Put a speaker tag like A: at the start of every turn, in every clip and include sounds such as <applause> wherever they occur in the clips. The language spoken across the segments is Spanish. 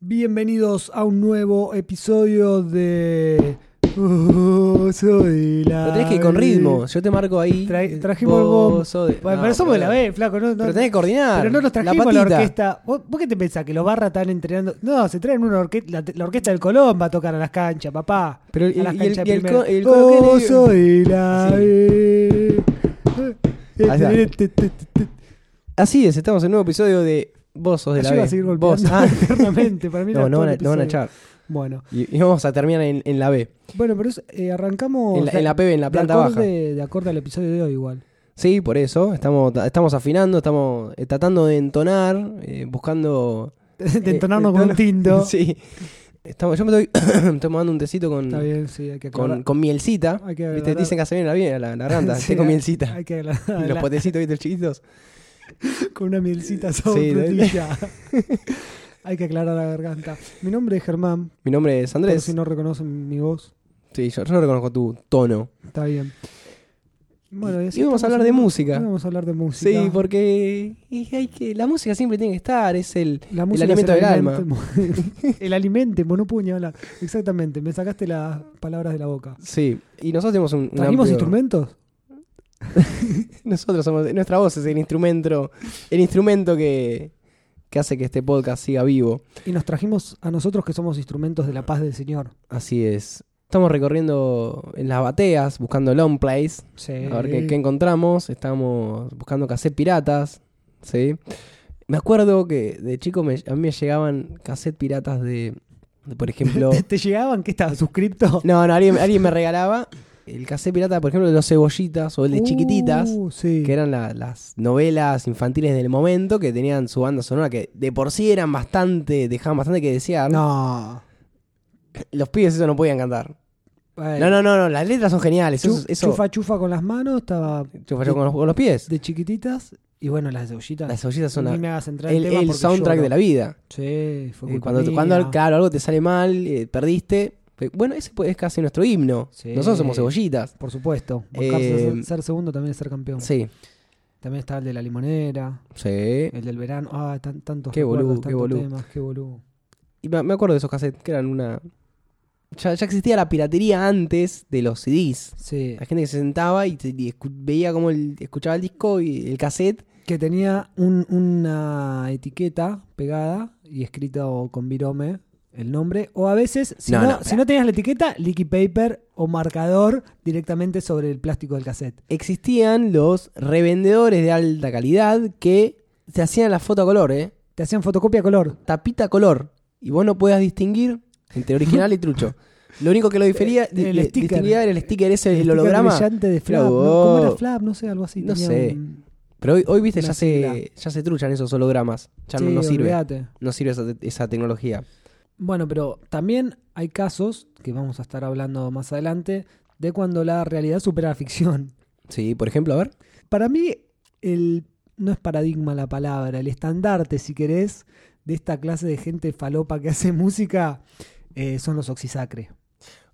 A: Bienvenidos a un nuevo episodio de. Oh, soy la.
B: Lo tenés que ir con
A: B.
B: ritmo. Yo te marco ahí.
A: Tra- trajimos vos-
B: sos de-
A: Bueno,
B: No,
A: pero somos de la
B: boludo.
A: B, flaco. No, no-
B: Pero tenés que coordinar.
A: pero no nos trajimos la,
B: patita.
A: orquesta. ¿Vos, vos qué te pensás? ¿Que los barras están entrenando? No, se traen una orquesta. La, la orquesta del Colón va a tocar a las canchas, papá.
B: Pero el-
A: a las
B: y
A: canchas
B: el-
A: de
B: y el
A: primera.
B: co- el
A: oh,
B: Colón-
A: soy la
B: Así.
A: B.
B: Ah,
A: Este,
B: Ahí Así es, estamos en un nuevo episodio de Vos sos de la
A: Yo
B: B.
A: iba a seguir golpeando <laughs>
B: Vos. Ah,
A: eternamente. Para mí era
B: <laughs> no, no
A: todo
B: van, a,
A: el
B: no van a
A: episodio.
B: echar.
A: Bueno,
B: Y, y vamos a terminar en, en la B.
A: bueno, pero es- eh, arrancamos.
B: En la, en la PB, en la
A: de
B: planta
A: acorde-
B: baja.
A: de acorde al episodio de hoy, <laughs> igual.
B: Sí, por eso. Estamos, estamos afinando, estamos eh, tratando de entonar, eh, buscando.
A: de
B: eh,
A: entonarnos con un
B: entono-
A: tinto.
B: <laughs> Sí. Estamos, yo me estoy, <coughs> estoy mandando un tecito con,
A: Está bien, sí, hay que
B: con,
A: aclarar.
B: con mielcita.
A: Hay que
B: Viste,
A: aclarar.
B: dicen que hace bien la, bien, la
A: <laughs>
B: la garganta.
A: Sí,
B: té con
A: hay-
B: mielcita.
A: Hay que
B: Y los
A: aclarar.
B: potecitos, ¿viste? Chiquitos.
A: Con una mielcita sobre
B: Sí, <laughs>
A: frutilla. Hay que aclarar la garganta. Mi nombre es Germán.
B: Mi nombre es
A: Por
B: Andrés.
A: si no reconocen mi voz,
B: Sí, yo, yo no reconozco tu tono.
A: está bien. Bueno,
B: Y-
A: así
B: y vamos
A: estamos
B: a hablar de
A: hablando-
B: música.
A: hoy Vamos a hablar de
B: Sí,
A: música.
B: porque y hay que, la música siempre tiene que estar, es el...
A: La música es
B: alimento del alma.
A: alimento- <laughs> el alimento, no puedo ni hablar. Exactamente, me sacaste las palabras de la boca.
B: Sí, y nosotros tenemos un... un
A: ¿Trajimos
B: amplio-
A: instrumentos?
B: Nosotros somos... Nuestra voz es el instrumento, el instrumento que, que hace que este podcast siga vivo.
A: Y nos trajimos a nosotros que somos instrumentos de la paz del Señor.
B: Así es. Estamos recorriendo en las bateas, buscando long plays,
A: Sí.
B: a ver
A: Eh.
B: qué, qué encontramos. Estamos buscando cassette piratas, ¿sí? Me acuerdo que de chico me- a mí me llegaban cassette piratas de, de,
A: <laughs>
B: por ejemplo...
A: ¿Te, te llegaban que estabas suscripto?
B: No, no, alguien, alguien me regalaba el cassette pirata, por ejemplo, de los cebollitas o el de chiquititas,
A: Uh, sí.
B: que eran la- las novelas infantiles del momento, que tenían su banda sonora, que de por sí eran bastante, dejaban bastante que desear.
A: No.
B: Los pibes eso no podían cantar.
A: Bueno,
B: No, no, no, no, las letras son geniales.
A: chu-
B: eso, eso-
A: Chufa, chufa con las manos, estaba
B: chufa yo con los, con los pies.
A: de chiquititas. Y bueno, las cebollitas.
B: Las cebollitas son
A: Ni
B: la-
A: me hagas entrar en
B: el,
A: tema
B: el
A: porque
B: soundtrack
A: lloro.
B: de la vida.
A: Sí, fue
B: Eh,
A: culpa
B: cuando,
A: mía.
B: cuando, claro, algo te sale mal, eh, perdiste. eh, Bueno, ese pues, es casi nuestro himno.
A: Sí.
B: Nosotros somos cebollitas.
A: Por supuesto.
B: Eh,
A: Buscarse ser, ser segundo también es ser campeón.
B: Sí,
A: También está el de la limonera,
B: sí.
A: el del verano. Ah, tan, tantos
B: Qué
A: recuerdos,
B: boludo, qué
A: tantos
B: boludo.
A: temas, qué boludo.
B: Y me me acuerdo de esos cassettes que eran una. Ya, ya existía la piratería antes de los CDs.
A: Sí.
B: La gente que se sentaba y, te- y escu- veía cómo el- escuchaba el disco y el cassette.
A: Que tenía un- una etiqueta pegada y escrito con virome el nombre. O a veces, si
B: No,
A: no,
B: no,
A: si
B: pará.
A: no tenías la etiqueta, liqui paper o marcador directamente sobre el plástico del cassette.
B: Existían los revendedores de alta calidad que se hacían la foto a color, ¿eh?
A: Te hacían fotocopia a color.
B: Tapita a color. Y vos no podías distinguir entre original
A: <laughs>
B: y trucho. Lo único que lo difería,
A: El
B: di- di-
A: sticker.
B: distinguía era el sticker ese, el,
A: Sticker
B: holograma.
A: Este brillante de Flap.
B: Claro,
A: ¿no? ¿Cómo era
B: vos-
A: Flap? No sé, algo así.
B: No
A: tenía
B: sé.
A: un-
B: Pero hoy, hoy viste,
A: Una
B: ya
A: sigla.
B: se, ya se truchan esos hologramas. Ya no,
A: Sí,
B: no sirve.
A: olvídate.
B: No sirve esa, te- esa tecnología.
A: Bueno, pero también hay casos que vamos a estar hablando más adelante de cuando la realidad supera la ficción.
B: Sí, por ejemplo, a ver.
A: Para mí, el no es paradigma la palabra, el estandarte, si querés, de esta clase de gente falopa que <laughs> hace música eh, son los oxisacre.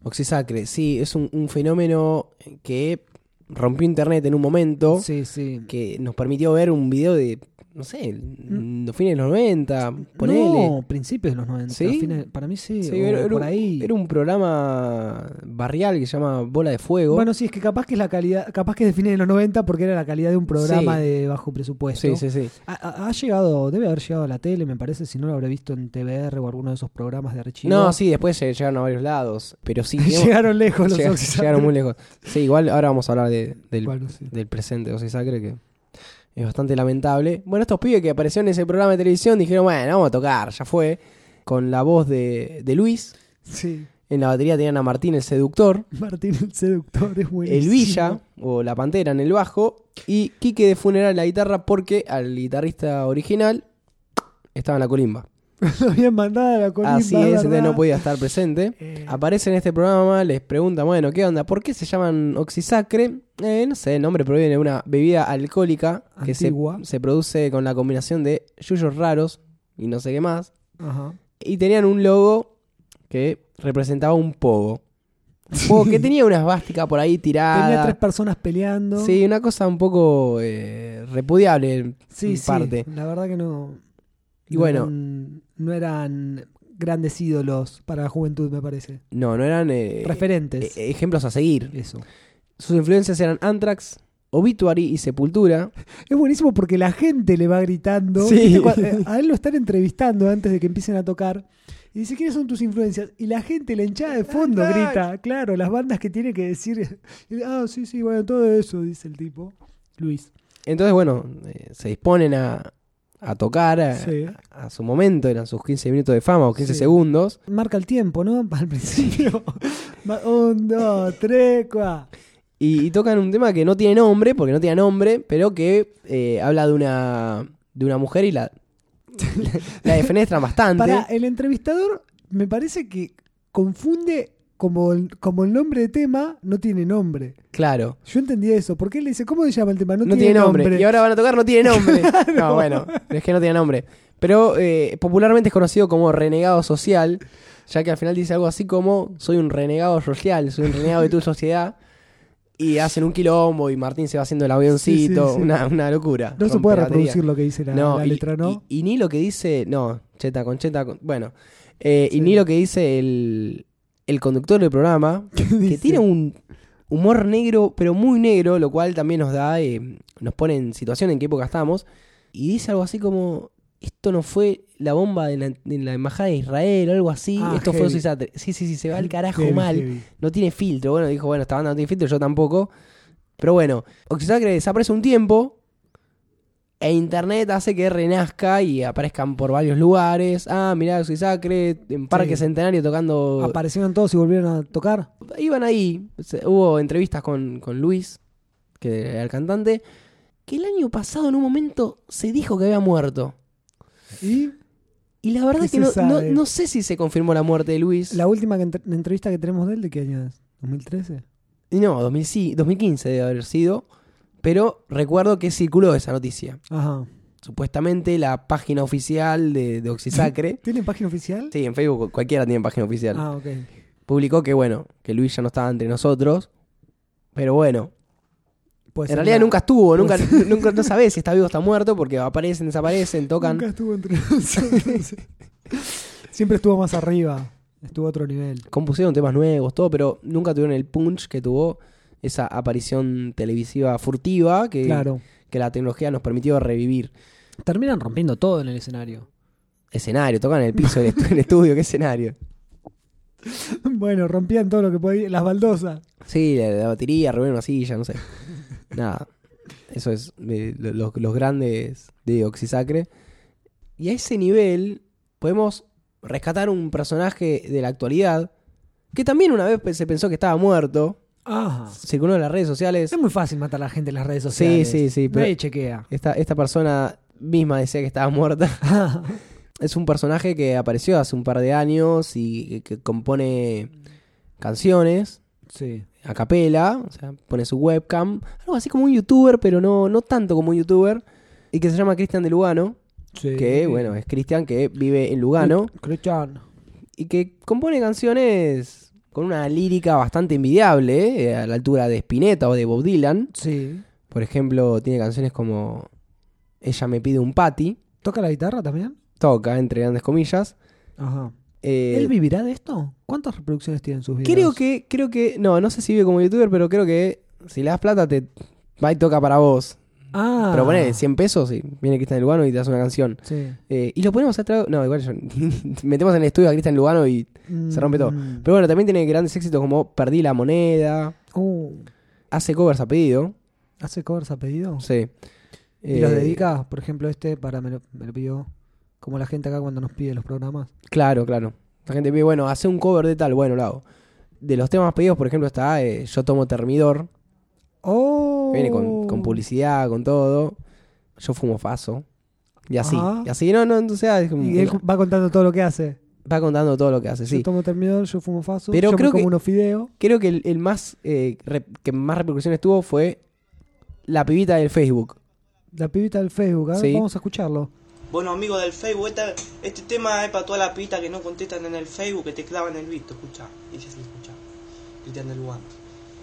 B: Oxisacre, sí, es un, un fenómeno que rompió internet en un momento,
A: Sí, sí.
B: que nos permitió ver un video de, no sé, los fines de los 90, ponele.
A: No, principios de los 90.
B: ¿Sí?
A: fines- para mí sí,
B: Sí,
A: o
B: era- era
A: por
B: un-
A: ahí.
B: Era un programa barrial que se llama Bola de Fuego.
A: Bueno, sí, es que capaz que es la calidad, capaz que es de fines de los 90 porque era la calidad de un programa
B: Sí.
A: de bajo presupuesto.
B: sí, sí, sí.
A: Ha, ha- ha llegado, debe haber llegado a la tele, me parece, si no lo habré visto en TVR o alguno de esos programas de archivo. <laughs>
B: No, sí, después eh, llegaron a varios lados, pero sí, digamos,
A: llegaron lejos los
B: llega-
A: Oxisacre.
B: <laughs> llegaron muy lejos. Sí, igual ahora vamos a hablar de- del,
A: Bueno, sí.
B: del presente de Oxisacre, que es bastante lamentable. Bueno, estos pibes que aparecieron en ese programa de televisión dijeron, bueno, vamos a tocar, ya fue. Con la voz de, de Luis,
A: Sí.
B: en la batería tenían a Martín el seductor,
A: <laughs> Martín el seductor es buenísimo. <laughs>
B: el Villa, o la Pantera en el bajo, y Quique de Funeral en la guitarra porque al guitarrista original estaba en la colimba.
A: Lo habían mandado a la colimba.
B: Así es, entonces
A: ¿verdad?
B: no podía estar presente.
A: Eh,
B: Aparece en este programa, les pregunta, bueno, ¿qué onda? ¿Por qué se llaman oxisacre? Eh, no sé, el nombre proviene de una bebida alcohólica que se,
A: Antigua.
B: se produce con la combinación de yuyos raros y no sé qué más.
A: ajá.
B: Y tenían un logo que representaba un pogo. Un pogo
A: <laughs>
B: que tenía una esvástica por ahí
A: Tenía tres
B: tirada.
A: personas peleando.
B: ah, Sí, una cosa un poco eh, repudiable en
A: sí, sí.
B: parte.
A: La verdad que no.
B: Y
A: no
B: bueno.
A: eran- no eran grandes ídolos para la juventud, me parece.
B: No, no eran eh,
A: Referentes.
B: eh, ejemplos a seguir.
A: Eso.
B: Sus influencias eran Anthrax, Obituary y Sepultura.
A: Es buenísimo porque la gente le va gritando.
B: Sí.
A: ¿Viste? Cua- eh, A él lo están entrevistando antes de que empiecen a tocar. Y dice, ¿quiénes son tus influencias? Y la gente, la hinchada de fondo,
B: Anthrax.
A: grita. Claro, las bandas que tiene que decir. <laughs> Y, Ah, sí, sí, bueno, todo eso, dice el tipo. Luis.
B: Entonces, bueno, eh, se disponen a, a tocar a,
A: Sí.
B: a su momento, eran sus 15 minutos de fama o 15
A: Sí.
B: segundos.
A: Marca el tiempo, ¿no? <laughs> Al principio. Ma- Un, dos, tres, cuatro.
B: Y, y tocan un tema que no tiene nombre, porque no tiene nombre, pero que eh, habla de una, de una mujer y la, <laughs> la defenestran bastante.
A: Para el entrevistador, me parece que confunde como el, como el nombre de tema no tiene nombre.
B: Claro.
A: Yo entendía eso, porque él le dice, ¿cómo se llama el tema? No,
B: No, tiene, nombre. Y ahora van a tocar,
A: <laughs>
B: no tiene nombre. No, bueno, es que no tiene nombre. Pero eh, popularmente es conocido como renegado social, ya que al final dice algo así como: soy un renegado social, soy un renegado de tu sociedad. Y hacen un quilombo y Martín se va haciendo el avioncito.
A: Sí, sí, sí.
B: Una, una locura.
A: No se
B: Rompe
A: puede
B: batería.
A: reproducir lo que dice la,
B: No,
A: la
B: y,
A: letra, ¿no? <laughs>
B: y- y ni lo que dice. No, cheta con cheta con. Bueno. Eh,
A: Sí.
B: Y ni lo que dice el, el conductor del programa, que tiene un humor negro, pero muy negro, lo cual también nos da, eh, nos pone en situación en qué época estamos. Y dice algo así como: Esto no fue la bomba de la, de la embajada de Israel o algo así,
A: Ah,
B: esto fue un
A: heavy.
B: desastre. Sí, sí, sí, se va al carajo
A: Heavy,
B: mal,
A: heavy.
B: no tiene filtro. Bueno, dijo: Bueno, esta banda no tiene filtro, yo tampoco. Pero bueno, Oxisacre desaparece un tiempo. E internet hace que renazca y aparezcan por varios lugares. Ah, mirá, Oxisacre, en Parque
A: Sí.
B: Centenario tocando
A: Aparecieron todos y volvieron a tocar.
B: iban ahí. se- Hubo entrevistas con, con Luis, que era el cantante, que el año pasado en un momento se dijo que había muerto.
A: Y
B: Y la verdad
A: ¿Qué
B: es que
A: se
B: no, no-
A: sabe?
B: no sé si se confirmó la muerte de Luis.
A: la última que entre- entrevista que tenemos de él, ¿de qué año es? ¿2013?
B: Y No, 2000 sí, 2015 debe haber sido. Pero recuerdo que circuló esa noticia.
A: Ajá.
B: Supuestamente la página oficial de,
A: <laughs>
B: de Oxisacre.
A: ¿Tiene página oficial?
B: sí, en Facebook cualquiera tiene página oficial.
A: Ah, ok.
B: Publicó que bueno, que Luis ya no estaba entre nosotros. Pero bueno,
A: Puede
B: en
A: ser
B: realidad
A: una-
B: nunca
A: <laughs>
B: estuvo,
A: puede
B: nunca,
A: ser.
B: <laughs> nunca no sabés si está vivo o está muerto, porque aparecen, desaparecen, tocan.
A: Nunca estuvo entre nosotros.
B: <laughs>
A: Siempre estuvo más arriba. Estuvo a otro nivel.
B: Compusieron temas nuevos, todo, pero nunca tuvieron el punch que tuvo esa aparición televisiva furtiva que,
A: Claro.
B: que la tecnología nos permitió revivir.
A: Terminan rompiendo todo en el escenario.
B: Escenario, tocan en el piso del estu- <laughs> del estudio, qué escenario.
A: <laughs> bueno, rompían todo lo que podían. Las baldosas.
B: Sí, la, la batería, reúnen una silla, no sé. Nada. Eso es de lo- los, los grandes de Oxisacre. Y a ese nivel podemos rescatar un personaje de la actualidad que también una vez pe- se pensó que estaba muerto.
A: Ajá.
B: Circuló en las redes sociales.
A: Es muy fácil matar a la gente en las redes sociales.
B: sí, sí, pero-
A: Nadie chequea.
B: Esta, esta persona misma decía que estaba muerta. <laughs> Es un personaje que apareció hace un par de años y que- que compone canciones.
A: sí.
B: a capela, o sea, pone su webcam, algo así como un youtuber, pero no, no tanto como un youtuber, y que se llama Cristian de Lugano,
A: sí.
B: que bueno, es Cristian que vive en Lugano
A: Cristian.
B: y que compone canciones con una lírica bastante envidiable, eh, a la altura de Spinetta o de Bob Dylan.
A: Sí.
B: Por ejemplo, tiene canciones como Ella me pide un patty,
A: ¿Toca la guitarra también?
B: toca, entre grandes comillas.
A: Ajá.
B: eh,
A: ¿Él vivirá de esto? ¿Cuántas reproducciones tienen sus videos?
B: Creo que, creo que, no, no sé si vive como youtuber, pero creo que si le das plata te va y toca para vos.
A: Ah.
B: Pero ponele 100 pesos y viene Cristian Lugano y te hace una canción.
A: Sí.
B: Eh, y lo ponemos atrás. No, igual yo- <laughs> metemos en el estudio a Cristian Lugano y. Se rompe todo.
A: Mm.
B: Pero bueno, también tiene grandes éxitos como Perdí la moneda.
A: Uh,
B: Hace covers a pedido.
A: ¿Hace covers a pedido?
B: Sí.
A: ¿Y los
B: Eh,
A: dedica? Por ejemplo, este para me lo, me lo pidió. Como la gente acá cuando nos pide los programas.
B: Claro, claro. La gente pide, bueno, hace un cover de tal, bueno, lo hago. De los temas pedidos, por ejemplo, está eh, Yo tomo Termidor.
A: ¡Oh!
B: que
A: Uh.
B: Viene con, con publicidad, con todo. Yo fumo Faso. Y así.
A: Ajá.
B: Y así, no, no, entonces. ah, es como-
A: Y él va contando todo lo que hace.
B: va contando todo lo que hace, sí.
A: Yo tomo terminador, yo fumo faso,
B: Pero
A: yo
B: creo
A: me como
B: que-
A: unos fideos.
B: creo que el, el más eh, re- que más repercusiones tuvo fue la pibita del Facebook.
A: La pibita del Facebook, a ver,
B: Sí.
A: vamos a escucharlo.
C: Bueno, amigos del Facebook, esta- este tema es para todas las pistas que no contestan en el Facebook, que te clavan el visto. Escucha, ella sí escucha, Cristian del Lugano.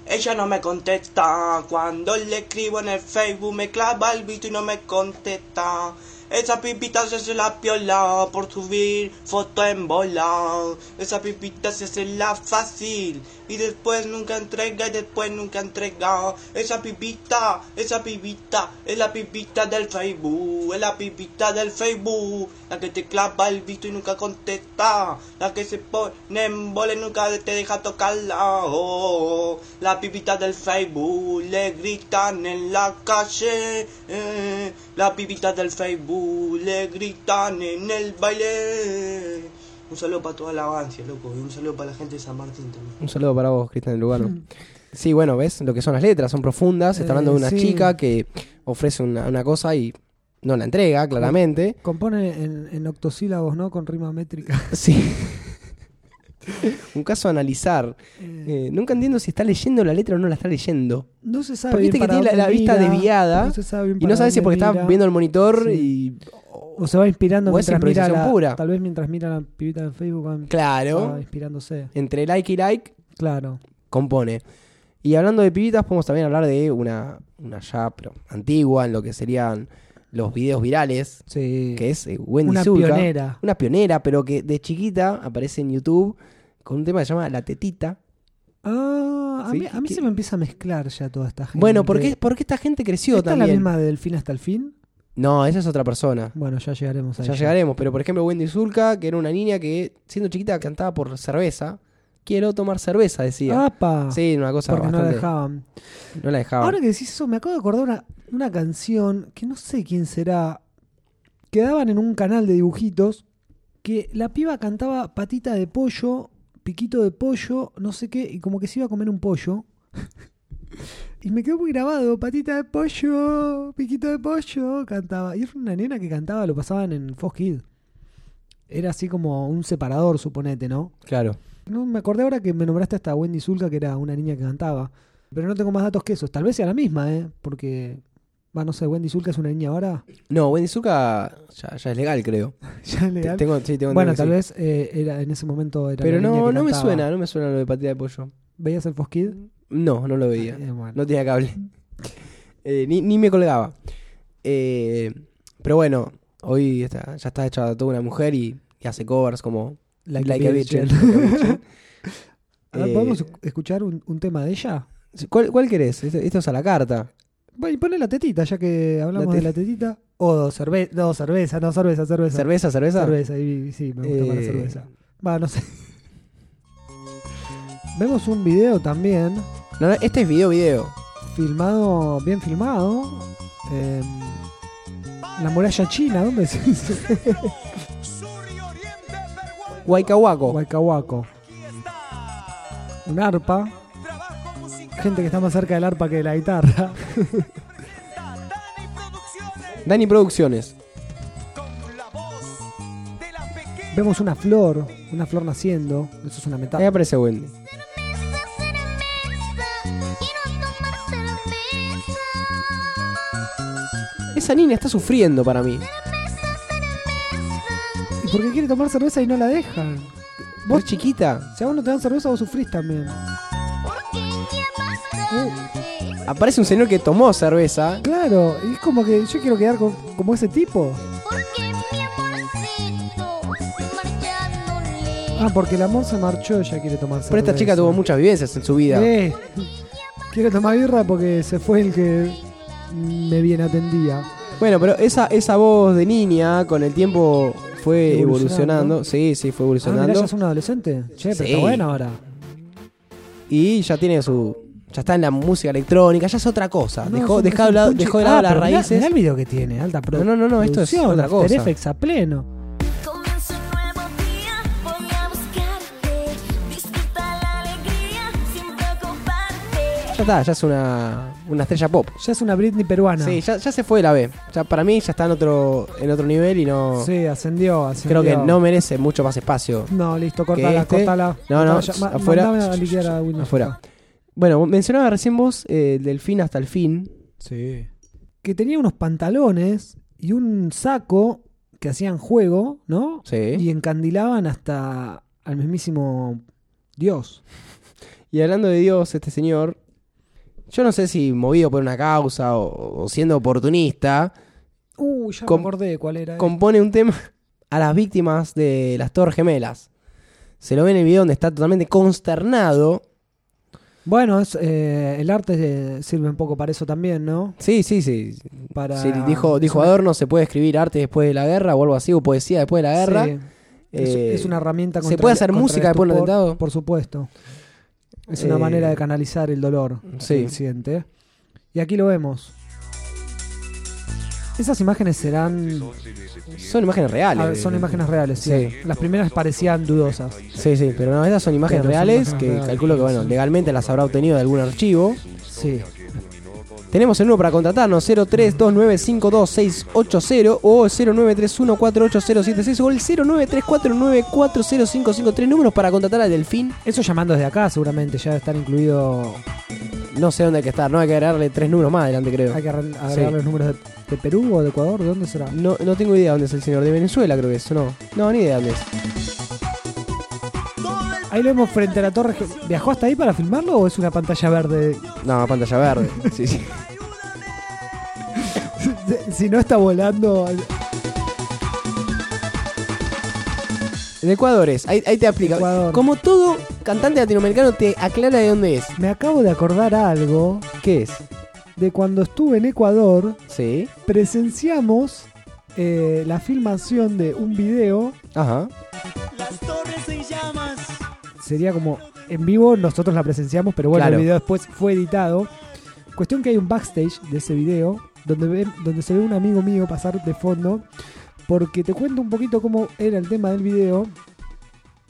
C: Ella no me contesta, cuando le escribo en el Facebook me clava el visto y no me contesta. Esa pipita se hace la piola por subir foto en bola. Esa pipita se hace la fácil y después nunca entrega y después nunca entrega. Esa pipita, esa pipita, es la pipita del Facebook, es la pipita del Facebook. La que te clava el visto y nunca contesta. La que se pone en bola y nunca te deja tocarla. Oh, la pipita del Facebook, le gritan en la calle. eh. La pipita del Facebook, le gritan en el baile. Un saludo para toda la avancia, loco, y un saludo para la gente de San Martín también.
B: Un saludo para vos, Cristian Lugano. Sí, bueno, ves lo que son las letras, son profundas. Está hablando de una
A: Mm. Eh, sí.
B: chica que ofrece una, una cosa y no la entrega, claramente.
A: Compone en, en octosílabos, ¿no? Con rima
B: <laughs>
A: métrica.
B: Sí. Un caso a analizar.
A: Eh,
B: Eh, nunca entiendo si está leyendo la letra o no la está leyendo.
A: no se sabe
B: Porque
A: bien
B: viste que
A: para
B: tiene la, la
A: dónde
B: vista
A: mira,
B: desviada
A: no se sabe bien
B: y
A: para
B: no sabes si
A: dónde
B: es porque está
A: mira.
B: viendo el monitor
A: O se va inspirando
B: o es
A: mientras mira
B: improvisación
A: la-
B: pura.
A: Tal vez mientras mira la pibita de Facebook van-
B: y. Claro.
A: va inspirándose.
B: Entre like y like,
A: Claro.
B: compone. Y hablando de pibitas, podemos también hablar de una, una ya pero antigua, en lo que serían los videos virales,
A: Sí.
B: que es eh, Wendy
A: Una
B: Zulka.
A: pionera.
B: Una pionera, pero que de chiquita aparece en YouTube con un tema que se llama La Tetita.
A: Ah, a
B: Sí,
A: mí, a mí
B: que-
A: se me empieza a mezclar ya toda esta gente.
B: Bueno, ¿por qué, por qué esta gente creció
A: ¿Esta es la
B: también?
A: misma de Delfín hasta el fin?
B: No, esa es otra persona.
A: Bueno, ya llegaremos a
B: Ya
A: ella.
B: llegaremos, pero por ejemplo Wendy Zulka, que era una niña que siendo chiquita cantaba por cerveza. Quiero tomar cerveza, decía.
A: ¡Apa!
B: sí, una cosa
A: Ah, porque no la
B: bastante-
A: dejaban.
B: no la dejaban.
A: Ahora que decís eso, me acabo de acordar una, una canción que no sé quién será. que daban en un canal de dibujitos que la piba cantaba patita de pollo, piquito de pollo, no sé qué, y como que se iba a comer un pollo. <laughs> y me quedó muy grabado, patita de pollo, piquito de pollo, cantaba. Y era una nena que cantaba, lo pasaban en Fox Kids. Era así como un separador, suponete, ¿no?
B: Claro.
A: No me acordé ahora que me nombraste hasta Wendy Zulka, que era una niña que cantaba. Pero no tengo más datos que esos. Tal vez sea la misma, ¿eh? Porque, va, no sé, Wendy Zulka es una niña ahora. <laughs>
B: No, Wendy Zulka ya, ya es legal, creo.
A: ya le
B: Te-
A: da-
B: Tengo, sí, tengo
A: Bueno,
B: entendido
A: tal
B: que
A: vez
B: sí.
A: eh, era, en ese momento era
B: Pero
A: la niña
B: no,
A: que
B: no me
A: cantaba.
B: suena, no me suena lo de patita de pollo.
A: ¿Veías el Foskid?
B: No, no lo veía.
A: Eh, bueno.
B: No tenía cable. Eh, ni, ni me colgaba. Eh, pero bueno, hoy está- ya está hecha toda una mujer y, y hace covers como
A: Like
B: Like a
A: Virgin.
B: Virgin, Like
A: <laughs>
B: a Virgin. <laughs>
A: A ver,
B: Eh,
A: ¿Podemos esc- escuchar un, un tema de ella?
B: ¿Cuál, cuál querés? Esto, esto es a la carta.
A: Bueno, y ponle la tetita, ya que hablamos
B: La
A: de
B: te-
A: la tetita. O cerveza, no, cerveza, no, cerveza, cerveza.
B: ¿Cerveza, cerveza?
A: Cerveza, y- y sí, me gusta más la
B: Eh.
A: cerveza. Va, no sé. <laughs> Vemos un video también,
B: No, no, este es video, video.
A: filmado, bien filmado. eh, la muralla china, ¿dónde se hizo?
B: Huaycahuaco.
A: Huaycahuaco. Un arpa. Gente que está más cerca del arpa que de la guitarra. <laughs>
B: Dani Producciones.
A: Vemos una flor, una flor naciendo. Eso es una
B: Ahí
A: metáfora.
B: aparece Wendy. Esa niña está sufriendo para mí.
A: ¿Y por qué quiere tomar cerveza y no la dejan?
B: Vos chiquita.
A: Si a vos no te dan cerveza, vos sufrís también.
B: Aparece un señor que tomó cerveza.
A: Claro, y es como que yo quiero quedar con- como ese tipo. Ah, porque el amor se marchó, ya quiere tomar cerveza.
B: Pero esta chica tuvo muchas vivencias en su vida.
A: Eh, quiero tomar birra porque se fue el que me bien atendía.
B: Bueno, pero esa, esa voz de niña con el tiempo fue
A: Evolucionando.
B: evolucionando. Sí, sí, fue
A: Ah, mirá, ya
B: evolucionando.
A: es un adolescente. Che, pero
B: Sí.
A: está buena ahora.
B: Y ya tiene su. Ya está en la música electrónica, ya es otra cosa.
A: No,
B: Ah, dejó,
A: es un-
B: dejó
A: es
B: de
A: un
B: lado,
A: punche-
B: dejó de lado
A: Ah,
B: las
A: pero mirá-
B: raíces.
A: mirá el video que tiene, alta pro-
B: No, no, no, no, esto es
A: producción,
B: otra cosa.
A: After Effects a pleno.
D: Comienza un nuevo día, voy a buscarte. Disfruta la alegría sin preocuparte.
B: Ya está, ya es una, una estrella pop.
A: Ya es una Britney peruana.
B: Sí, ya, ya se fue de la B. Ya, para mí ya está en otro, en otro nivel y no.
A: Sí, ascendió, ascendió.
B: creo que no merece mucho más espacio.
A: No, listo, cortala,
B: este-
A: cortala.
B: No, no,
A: Cortala, ma-
B: afuera.
A: mandame a liquidar a Windows.
B: Afuera. Bueno, mencionaba recién vos eh, del fin hasta el fin.
A: Sí. Que tenía unos pantalones y un saco que hacían juego, ¿no?
B: Sí.
A: Y encandilaban hasta al mismísimo Dios.
B: Y hablando de Dios, este señor, yo no sé si movido por una causa o, o siendo oportunista,
A: Uh, ya
B: Com-
A: me acordé cuál era. eh.
B: compone un tema a las víctimas de las Torres Gemelas. Se lo ve en el video donde está totalmente consternado.
A: Bueno, es, eh, el arte eh, sirve un poco para eso también, ¿no?
B: Sí, sí, sí.
A: Para
B: Sí, dijo
A: es
B: dijo
A: una-
B: Adorno, se puede escribir arte después de la guerra o algo así, o poesía después de la guerra.
A: Sí. Es,
B: Eh,
A: es una herramienta
B: ¿se
A: contra
B: puede
A: el-
B: hacer
A: contra el
B: música después de un
A: estupor,
B: atentado?
A: Por supuesto. Es una
B: Eh,
A: manera de canalizar el dolor
B: sí.
A: que él siente. Y aquí lo vemos. Esas imágenes serán.
B: Son imágenes reales.
A: a ver, son imágenes reales, sí.
B: Sí.
A: Las primeras parecían dudosas.
B: Sí, sí, pero no, esas son imágenes
A: Pero son
B: reales
A: imágenes
B: que
A: reales.
B: calculo que, bueno, legalmente las habrá obtenido de algún archivo.
A: Sí.
B: Tenemos el número para contratarnos 0329526680 o 0931488076 o el 0934940553 números para contratar al Delfín.
A: Eso llamando desde acá, seguramente ya están incluidos.
B: No sé dónde hay que estar, no hay que agregarle tres números más adelante creo.
A: Hay que arre- agregar
B: Sí.
A: los números de, de Perú o de Ecuador. ¿De dónde será?
B: No, no tengo idea dónde es el señor, de Venezuela creo que es, ¿o no. No, ni idea dónde es.
A: Ahí lo vemos frente a la torre. Ge- ¿Viajó hasta ahí para filmarlo o es una pantalla <laughs> verde?
B: No, pantalla verde. <laughs> Sí, sí.
A: si no está volando.
B: En Ecuador es, ahí, ahí te aplica.
A: Ecuador.
B: Como todo cantante latinoamericano te aclara de dónde es.
A: Me acabo de acordar algo
B: ¿Qué es?
A: de cuando estuve en Ecuador.
B: Sí.
A: Presenciamos eh, la filmación de un video.
B: Ajá.
E: Las torres en llamas.
A: Sería como en vivo, nosotros la presenciamos, pero bueno,
B: Claro.
A: el video después fue editado. Cuestión que hay un backstage de ese video donde, ve- donde se ve un amigo mío pasar de fondo. Porque te cuento un poquito cómo era el tema del video.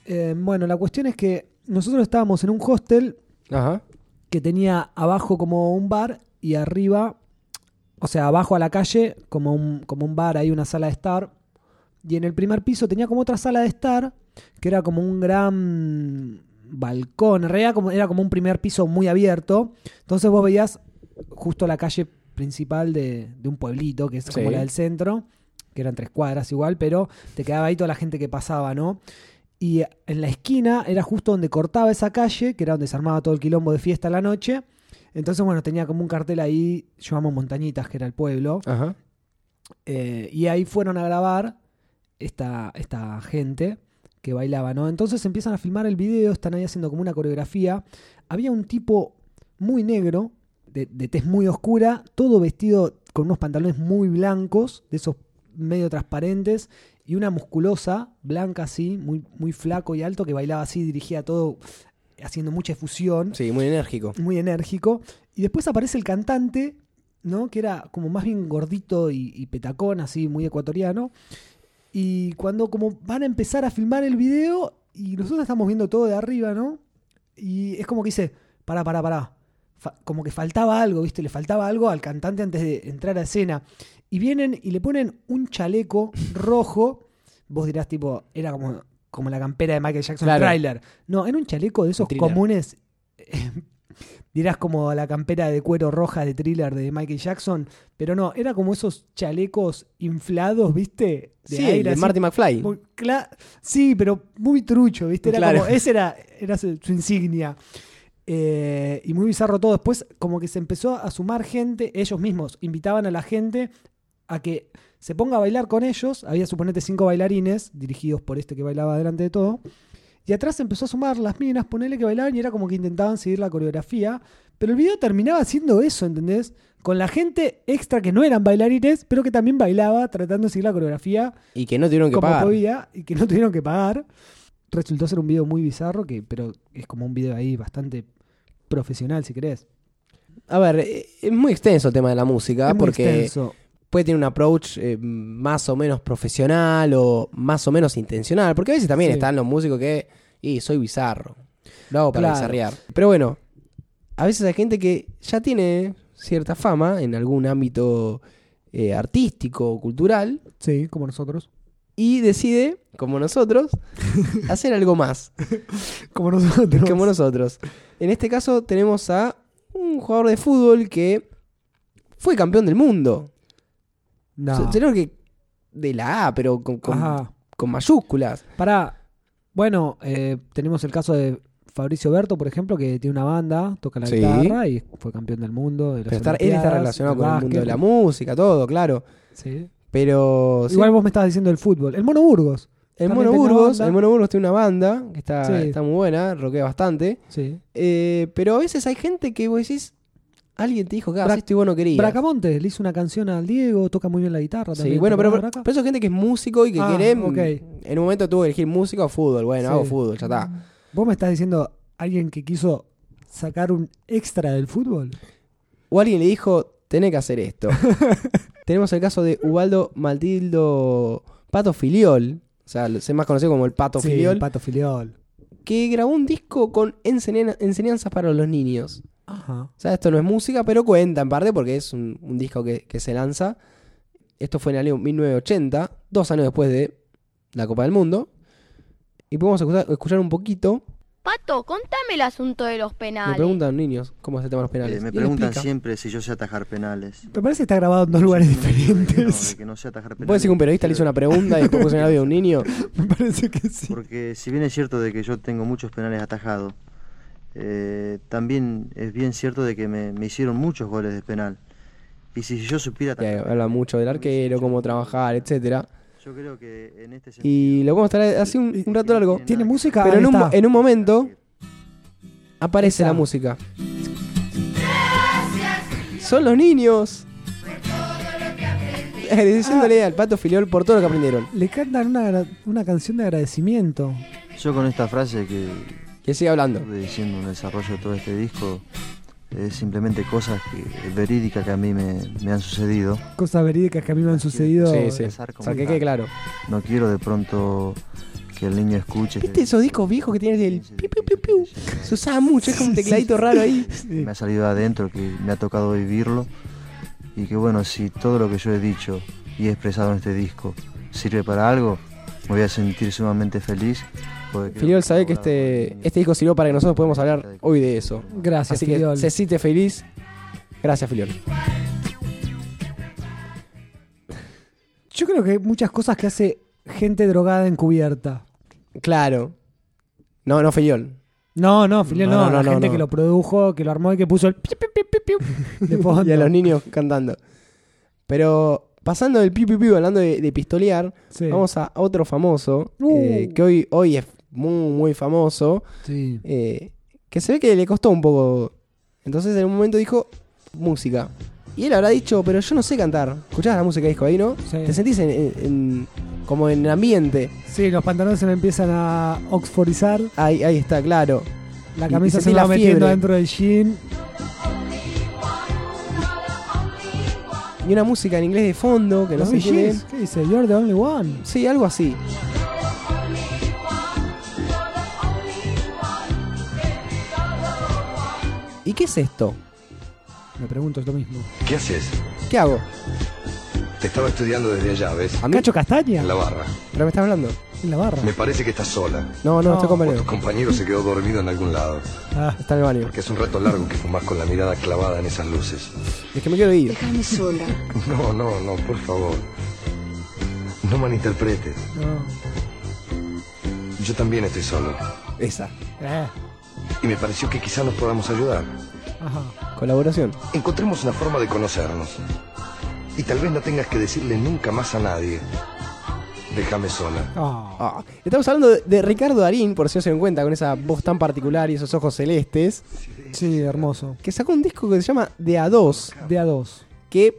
A: Eh, bueno, la cuestión es que nosotros estábamos en un hostel
B: Ajá.
A: que tenía abajo como un bar y arriba, o sea, abajo a la calle, como un, como un bar, hay una sala de estar. Y en el primer piso tenía como otra sala de estar, que era como un gran balcón, en realidad como, era como un primer piso muy abierto. Entonces vos veías justo la calle principal de, de un pueblito, que es como
B: Sí.
A: la del centro, que eran tres cuadras igual, pero te quedaba ahí toda la gente que pasaba, ¿no? Y en la esquina era justo donde cortaba esa calle, que era donde se armaba todo el quilombo de fiesta a la noche. Entonces, bueno, tenía como un cartel ahí, yo amo Montañitas, que era el pueblo.
B: Ajá.
A: Eh, y ahí fueron a grabar esta, esta gente que bailaba, ¿no? Entonces empiezan a filmar el video, están ahí haciendo como una coreografía. Había un tipo muy negro, de, de tez muy oscura, todo vestido con unos pantalones muy blancos, de esos medio transparentes, y una musculosa, blanca así, muy, muy flaco y alto, que bailaba así, dirigía todo, haciendo mucha efusión
B: Sí, muy enérgico.
A: muy enérgico. Y después aparece el cantante, ¿no? Que era como más bien gordito y, y petacón, así, muy ecuatoriano. Y cuando como van a empezar a filmar el video, y nosotros estamos viendo todo de arriba, ¿no? Y es como que dice, pará, pará, pará. Fa- como que faltaba algo, ¿viste? Le faltaba algo al cantante antes de entrar a escena. Y vienen y le ponen un chaleco rojo. Vos dirás, tipo, era como, como la campera de Michael Jackson
B: Claro.
A: Trailer. No, era un chaleco de esos
B: Thriller.
A: comunes. dirás como la campera de cuero roja de thriller de Michael Jackson. Pero no, era como esos chalecos inflados, ¿viste? De
B: sí,
A: aire
B: el de
A: así,
B: Marty McFly.
A: muy cla- sí, pero muy trucho, ¿viste? Era
B: Claro.
A: como, ese era, era su, su insignia. Eh, y muy bizarro todo. Después, como que se empezó a sumar gente, ellos mismos invitaban a la gente a que se ponga a bailar con ellos. Había, suponete, cinco bailarines, dirigidos por este que bailaba delante de todo. Y atrás se empezó a sumar las minas, ponele que bailaban y era como que intentaban seguir la coreografía. Pero el video terminaba siendo eso, ¿entendés? Con la gente extra que no eran bailarines, pero que también bailaba tratando de seguir la coreografía
B: Y que no tuvieron que
A: como
B: pagar.
A: podía y que no tuvieron que pagar. Resultó ser un video muy bizarro, que, pero es como un video ahí bastante profesional, si querés.
B: A ver, eh, es muy extenso el tema de la música,
A: es muy
B: porque
A: extenso.
B: puede tener un approach eh, más o menos profesional o más o menos intencional. Porque a veces también
A: Sí.
B: están los músicos que, y soy bizarro. Lo hago para
A: Claro.
B: bizarrear. Pero bueno, a veces hay gente que ya tiene cierta fama en algún ámbito eh, artístico o cultural
A: Sí, como nosotros. <laughs>
B: y decide, como nosotros, hacer algo más.
A: Como nosotros.
B: como nosotros. En este caso tenemos a un jugador de fútbol que fue campeón del mundo.
A: No.
B: Se- Creo que de la A, pero con, con-
A: Ajá.
B: con mayúsculas.
A: Pará. Bueno, eh, tenemos el caso de Fabricio Berto, por ejemplo, que tiene una banda, toca la
B: Sí.
A: guitarra y fue campeón del mundo. De las
B: Pero estar- él está
A: Olimpiadas,
B: relacionado
A: del
B: con el mundo de la
A: básquet.
B: música, todo, claro.
A: Sí.
B: Pero. sí,
A: Igual vos me estabas diciendo el fútbol. El Mono Burgos.
B: el
A: también
B: Mono
A: tiene una
B: Burgos,
A: banda.
B: el Mono Burgos tiene una banda que está,
A: Sí.
B: está muy buena, roquea bastante.
A: Sí.
B: Eh, pero a veces hay gente que vos decís, alguien te dijo "Ah, que hagas
A: Brac-
B: esto y vos no querías.
A: Bracamonte le hizo una canción al Diego, toca muy bien la guitarra
B: Sí,
A: también.
B: bueno,
A: ¿Te
B: pero,
A: acordás de
B: pero
A: Braca?
B: eso es gente que es músico y que
A: Ah,
B: quiere. mm,
A: ok.
B: En un momento tuvo que elegir música o fútbol. Bueno,
A: Sí.
B: hago fútbol, ya está.
A: Vos me estás diciendo alguien que quiso sacar un extra del fútbol.
B: O alguien le dijo, tenés que hacer esto. Tenemos el caso de Ubaldo Matildo Pato Filiol. O sea, lo- se más conocido como el Pato
A: Sí,
B: Filiol.
A: Pato Filiol.
B: que grabó un disco con ensenia- enseñanzas para los niños.
A: Ajá.
B: O sea, esto no es música, pero cuenta en parte porque es un, un disco que, que se lanza. Esto fue en el año 1980, dos años después de la Copa del Mundo. Y podemos escuchar, escuchar un poquito.
F: Pato, contame el asunto de los
B: Me
F: penales.
B: preguntan niños cómo es el tema de los penales.
G: Eh,
B: Y
G: me
B: él
G: preguntan
B: explica.
G: siempre si yo sé atajar penales.
A: Me parece que está grabado en dos lugares diferentes.
G: No, que no sé atajar penales.
B: ¿Puede decir que un periodista le hizo una pregunta y después puso en audio a un niño?
A: <laughs> Me parece que sí.
G: Porque si bien es cierto de que yo tengo muchos penales atajados, eh, también es bien cierto de que me, me hicieron muchos goles de penal. Y si yo supiera
B: Que
G: atajar,
B: habla mucho del arquero, cómo trabajar, etcétera.
G: yo creo que en este sentido... eh,
B: Y lo podemos estar así un, un rato largo.
A: Tiene música.
B: Pero
A: ahí
B: en un,
A: está.
B: mo- en un momento aparece
A: Esa.
B: la música. Son los niños. <laughs> Agradeciéndole al pato filiol por todo lo que aprendieron.
A: Le cantan una, gra- una canción de agradecimiento.
G: Yo con esta frase que
B: Que sigue hablando.
G: estuve diciendo en el desarrollo de todo este disco, es simplemente cosas que, verídicas que a mí me, me han sucedido.
A: Cosas verídicas que a mí me han sucedido.
B: Sí, sí.
G: empezar
B: O
G: como
B: sea, que
G: tal.
B: quede claro.
G: No quiero de pronto que el niño escuche...
B: ¿Viste esos discos viejos que tienes del piu, piu, piu, piu? Se usaba mucho, es como un tecladito raro ahí.
G: me ha salido adentro, que me ha tocado vivirlo y que bueno, si todo lo que yo he dicho y he expresado en este disco sirve para algo, me voy a sentir sumamente feliz. porque creo
B: Filiol sabe que
G: he colaborado
B: este,
G: con el
B: este disco sirvió para que nosotros podamos hablar
G: niño.
B: hoy de eso.
A: Gracias,
B: Así que
A: Filiol.
B: se siente feliz. Gracias, Filiol.
A: Yo creo que hay muchas cosas que hace gente drogada encubierta.
B: Claro. No, no, Filiol.
A: No, no, Filiol,
B: No,
A: no.
B: no, no,
A: la
B: no,
A: gente
B: no.
A: que lo produjo, que lo armó y que puso el piu, piu, piu, piu,
B: <laughs>
A: piu de fondo.
B: y a los niños cantando. Pero pasando del piu piu piu, hablando de, de pistolear,
A: Sí,
B: vamos a otro famoso,
A: Uh.
B: eh, que hoy, hoy es muy, muy famoso,
A: sí.
B: eh, que se ve que le costó un poco. Entonces en un momento dijo, música. Y él habrá dicho, pero yo no sé cantar. Escuchás la música de disco ahí, ¿no?
A: Sí.
B: Te sentís en- en- en- como en el ambiente.
A: Sí, los pantalones se me empiezan a oxforizar.
B: Ahí, ahí está, claro.
A: La
B: Y-
A: camisa
B: y
A: se
B: sentí
A: me va
B: la
A: metiendo
B: fiebre.
A: dentro del jean.
B: Y una música en inglés de fondo, que no
A: Los
B: se entiende.
A: BGs, ¿qué dice? You're the only one.
B: Sí, algo así. ¿Y qué es esto?
A: Me pregunto, es lo mismo.
H: ¿Qué haces?
B: ¿Qué hago?
H: Te estaba estudiando desde allá, ¿ves?
B: A mí-
A: ¿Cacho Castaña?
H: En la barra.
B: ¿Pero me estás hablando?
A: En la barra.
H: Me parece que estás sola.
B: No, no, estoy con
H: O
B: Valero.
H: tu compañero se quedó dormido en algún lado.
A: Ah,
B: Está en el baño.
H: Porque es un rato largo que fumás con la mirada clavada en esas luces.
B: Es que me quiero ir.
I: Déjame sola.
H: No, no, no, por favor. No malinterpretes.
A: no.
H: Yo también estoy solo.
B: Esa.
A: Eh,
H: Y me pareció que quizá nos podamos ayudar.
A: ajá.
B: Colaboración.
H: Encontremos una forma de conocernos. Y tal vez no tengas que decirle nunca más a nadie. Déjame sola.
A: Ah.
B: Ah, Estamos hablando de- de Ricardo Darín, por si no se dan cuenta, con esa voz tan particular y esos ojos celestes,
A: Sí, hermoso.
B: que sacó un disco que se llama De A 2,
A: De a dos.
B: que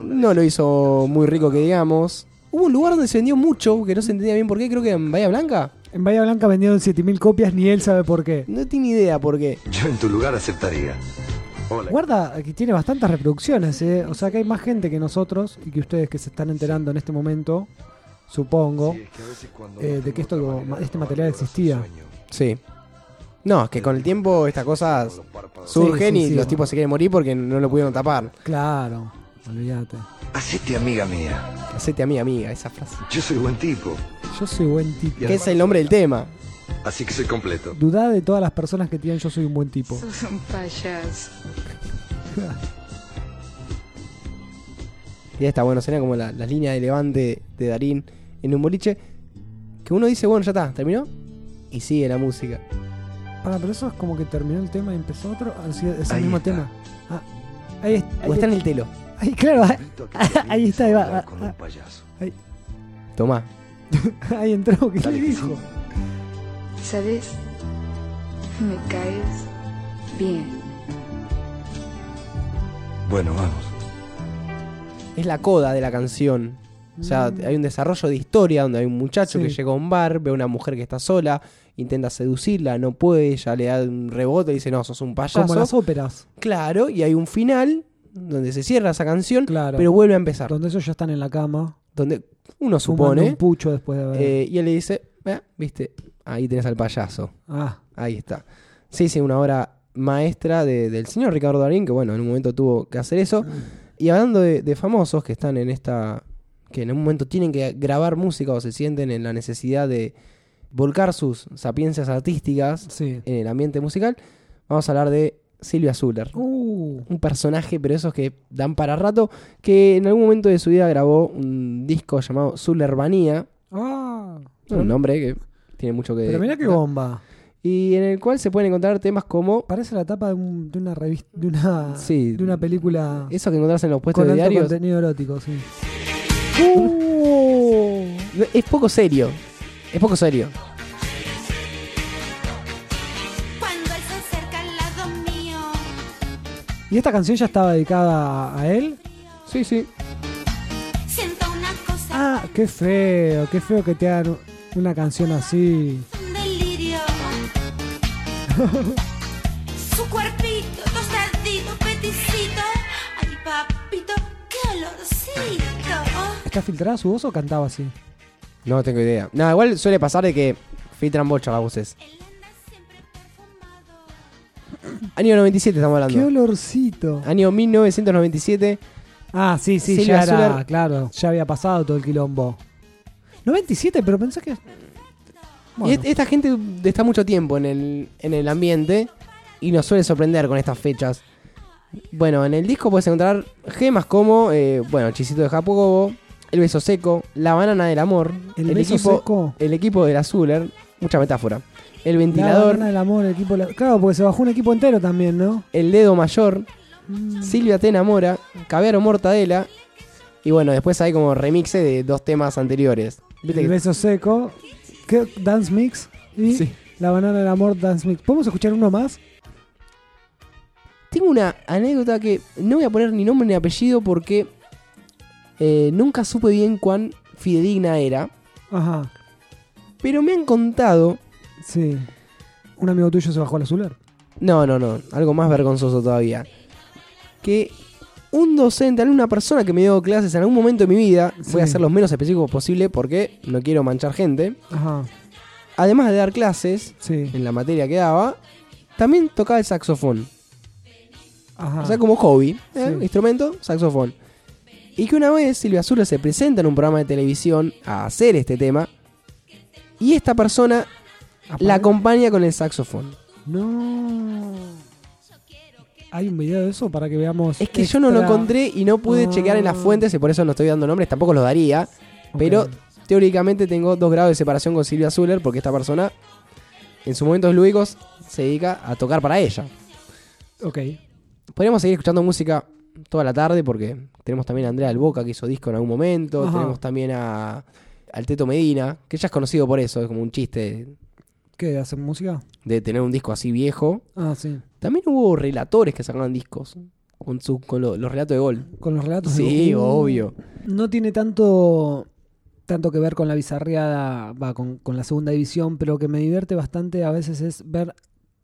B: no lo hizo muy rico, que digamos. Hubo un lugar donde se vendió mucho, que no se entendía bien por qué, creo que en Bahía Blanca.
A: En Bahía Blanca vendieron 7000 copias, ni él sabe por qué.
B: No tiene idea por qué.
H: Yo en tu lugar aceptaría. Hola.
A: Guarda que tiene bastantes reproducciones, ¿eh? O sea que hay más gente que nosotros y que ustedes que se están enterando en este momento, supongo.
H: Sí, es que a veces cuando
A: eh,
H: no
A: de
H: tengo
A: que esto-
H: otra manera de
A: este
H: tomar
A: material
H: horas de
A: existía.
H: sueño,
B: Sí. No, es que con el tiempo estas cosas
H: los párpados.
B: surgen
A: Sí, sí,
B: y
A: sí.
B: los tipos se quieren morir porque no lo pudieron tapar.
A: Claro, olvídate.
H: Hacete amiga mía.
B: Hacete amiga, amiga, esa frase.
H: Yo soy buen tipo,
A: Yo soy buen tipo.
B: Que es el nombre del tema.
H: así que soy completo.
A: Dudá de todas las personas que tienen yo soy un buen tipo.
I: Sos un payaso.
B: Y ya está, bueno, sería como la, la línea de levante de Darín en un boliche. Que uno dice, bueno, ya está, terminó. Y sigue la música.
A: Pará, pero eso es como que terminó el tema y empezó otro. Así, es el
H: Ahí
A: mismo
H: está.
A: tema. Ah, ahí es-
B: O está en el telo.
A: ahí- claro, ahí,
H: Grito que <laughs> te
A: Ahí está, ahí va,
H: hablar
A: va,
H: Con
A: va.
H: un payaso.
B: Tomá.
A: ahí entró. ¿Qué
H: Dale
A: le
H: que
A: dijo?
H: sí.
I: ¿Sabes? Me caes bien.
H: Bueno, vamos.
B: Es la coda de la canción. O sea,
A: Mm.
B: hay un desarrollo de historia donde hay un muchacho
A: Sí.
B: que llega a un bar, ve a una mujer que está sola, intenta seducirla, no puede, ella le da un rebote y dice, no, sos un payaso.
A: Como las óperas.
B: Claro, y hay un final donde se cierra esa canción,
A: Claro.
B: pero vuelve a empezar.
A: Donde ellos ya están en la cama.
B: Donde
A: fumando
B: uno supone,
A: Un pucho después de haber.
B: eh, y él le dice, "Ah, viste, ahí tenés al payaso.
A: ah,
B: Ahí está. Sí, sí, una obra maestra de- del señor Ricardo Darín, que bueno, en un momento tuvo que hacer eso. Y hablando de, de famosos que están en esta. que en un momento tienen que grabar música o se sienten en la necesidad de volcar sus sapiencias artísticas
A: sí.
B: en el ambiente musical, vamos a hablar de Silvia Zuller.
A: Uh,
B: Un personaje, pero esos que dan para rato, que en algún momento de su vida grabó un disco llamado Zullermanía,
A: ah.
B: un nombre que tiene mucho que
A: Pero mirá qué bomba.
B: y en el cual se pueden encontrar temas como
A: Parece la tapa de, un- de una revista, de una,
B: Sí.
A: de una película
B: Eso que encontrás en los puestos
A: con
B: de
A: alto
B: diarios
A: contenido erótico, sí.
B: ¡Uh! es poco serio. Es poco serio.
D: Cuando él se acerca al lado mío.
A: ¿Y esta canción ya estaba dedicada a él?
B: Sí, sí.
D: Siento una cosa,
A: Ah, qué feo, qué feo que te hagan una canción así.
D: un delirio. Su cuerpito tostadito, peticito. Ay, papito, qué olorcito.
A: ¿Está filtrada su voz o cantaba así?
B: No tengo idea. Nada, igual suele pasar de que filtran bocha las voces.
D: Él anda siempre perfumado.
B: Año 97 estamos
A: ¡Qué
B: hablando.
A: olorcito!
B: Año 1997.
A: Ah, sí, sí, ya
B: Silvia
A: era,
B: Zuller.
A: claro, ya había pasado todo el quilombo. 97, pero pensás que... Bueno,
B: Y este et- esta gente está mucho tiempo en el, en el ambiente y nos suele sorprender con estas fechas. Bueno, en el disco puedes encontrar gemas como, eh, bueno, Chisito de Jacobo, El Beso Seco, La Banana del Amor,
A: el, beso
B: equipo,
A: seco,
B: el equipo de la Zuller, mucha metáfora, El
A: la
B: Ventilador,
A: banana del amor, el equipo... la- Claro, porque se bajó un equipo entero también, ¿no?
B: El Dedo Mayor,
A: Mm.
B: Silvia te enamora, Caviar o Mortadela. Y bueno, después hay como remixe de dos temas anteriores. Viste
A: El
B: que-
A: beso seco, que- Dance Mix y
B: Sí.
A: La Banana del Amor Dance Mix. ¿Podemos escuchar uno más?
B: Tengo una anécdota que no voy a poner ni nombre ni apellido porque eh, nunca supe bien cuán fidedigna era.
A: Ajá,
B: Pero me han contado.
A: sí. Un amigo tuyo se bajó al azular.
B: No, no, no. Algo más vergonzoso todavía. Que un docente, alguna persona que me dio clases en algún momento de mi vida, voy a
A: Sí.
B: ser los menos específicos posible porque no quiero manchar gente.
A: Ajá,
B: Además de dar clases,
A: sí.
B: en la materia que daba, también tocaba el saxofón.
A: Ajá.
B: O sea, como hobby. ¿eh?
A: Ah. Sí.
B: Instrumento, saxofón. Y que una vez Silvia Azul se presenta en un programa de televisión a hacer este tema. Y esta persona la
A: Apare-
B: acompaña con el saxofón.
A: No. ¿Hay un video de eso para que veamos?
B: Es que yo no lo
A: extra?
B: encontré y no pude
A: Ah.
B: chequear en las fuentes y por eso no estoy dando nombres, tampoco los daría.
A: Ok.
B: Pero teóricamente tengo dos grados de separación con Silvia Zuller porque esta persona en sus momentos lúdicos se dedica a tocar para ella.
A: Ok.
B: Podríamos seguir escuchando música toda la tarde porque tenemos también a Andrea del Boca que hizo disco en algún momento.
A: Ajá.
B: Tenemos también a, al Teto Medina, que ya es conocido por eso, es como un chiste
A: ¿Qué? ¿Hacen música?
B: de tener un disco así viejo.
A: Ah, sí.
B: También hubo relatores que sacaban discos con, su, con lo- los relatos de gol.
A: Con los relatos.
B: Sí,
A: digo, uh,
B: obvio.
A: No tiene tanto tanto que ver con la bizarreada, va, con, con la segunda división, pero que me divierte bastante a veces es ver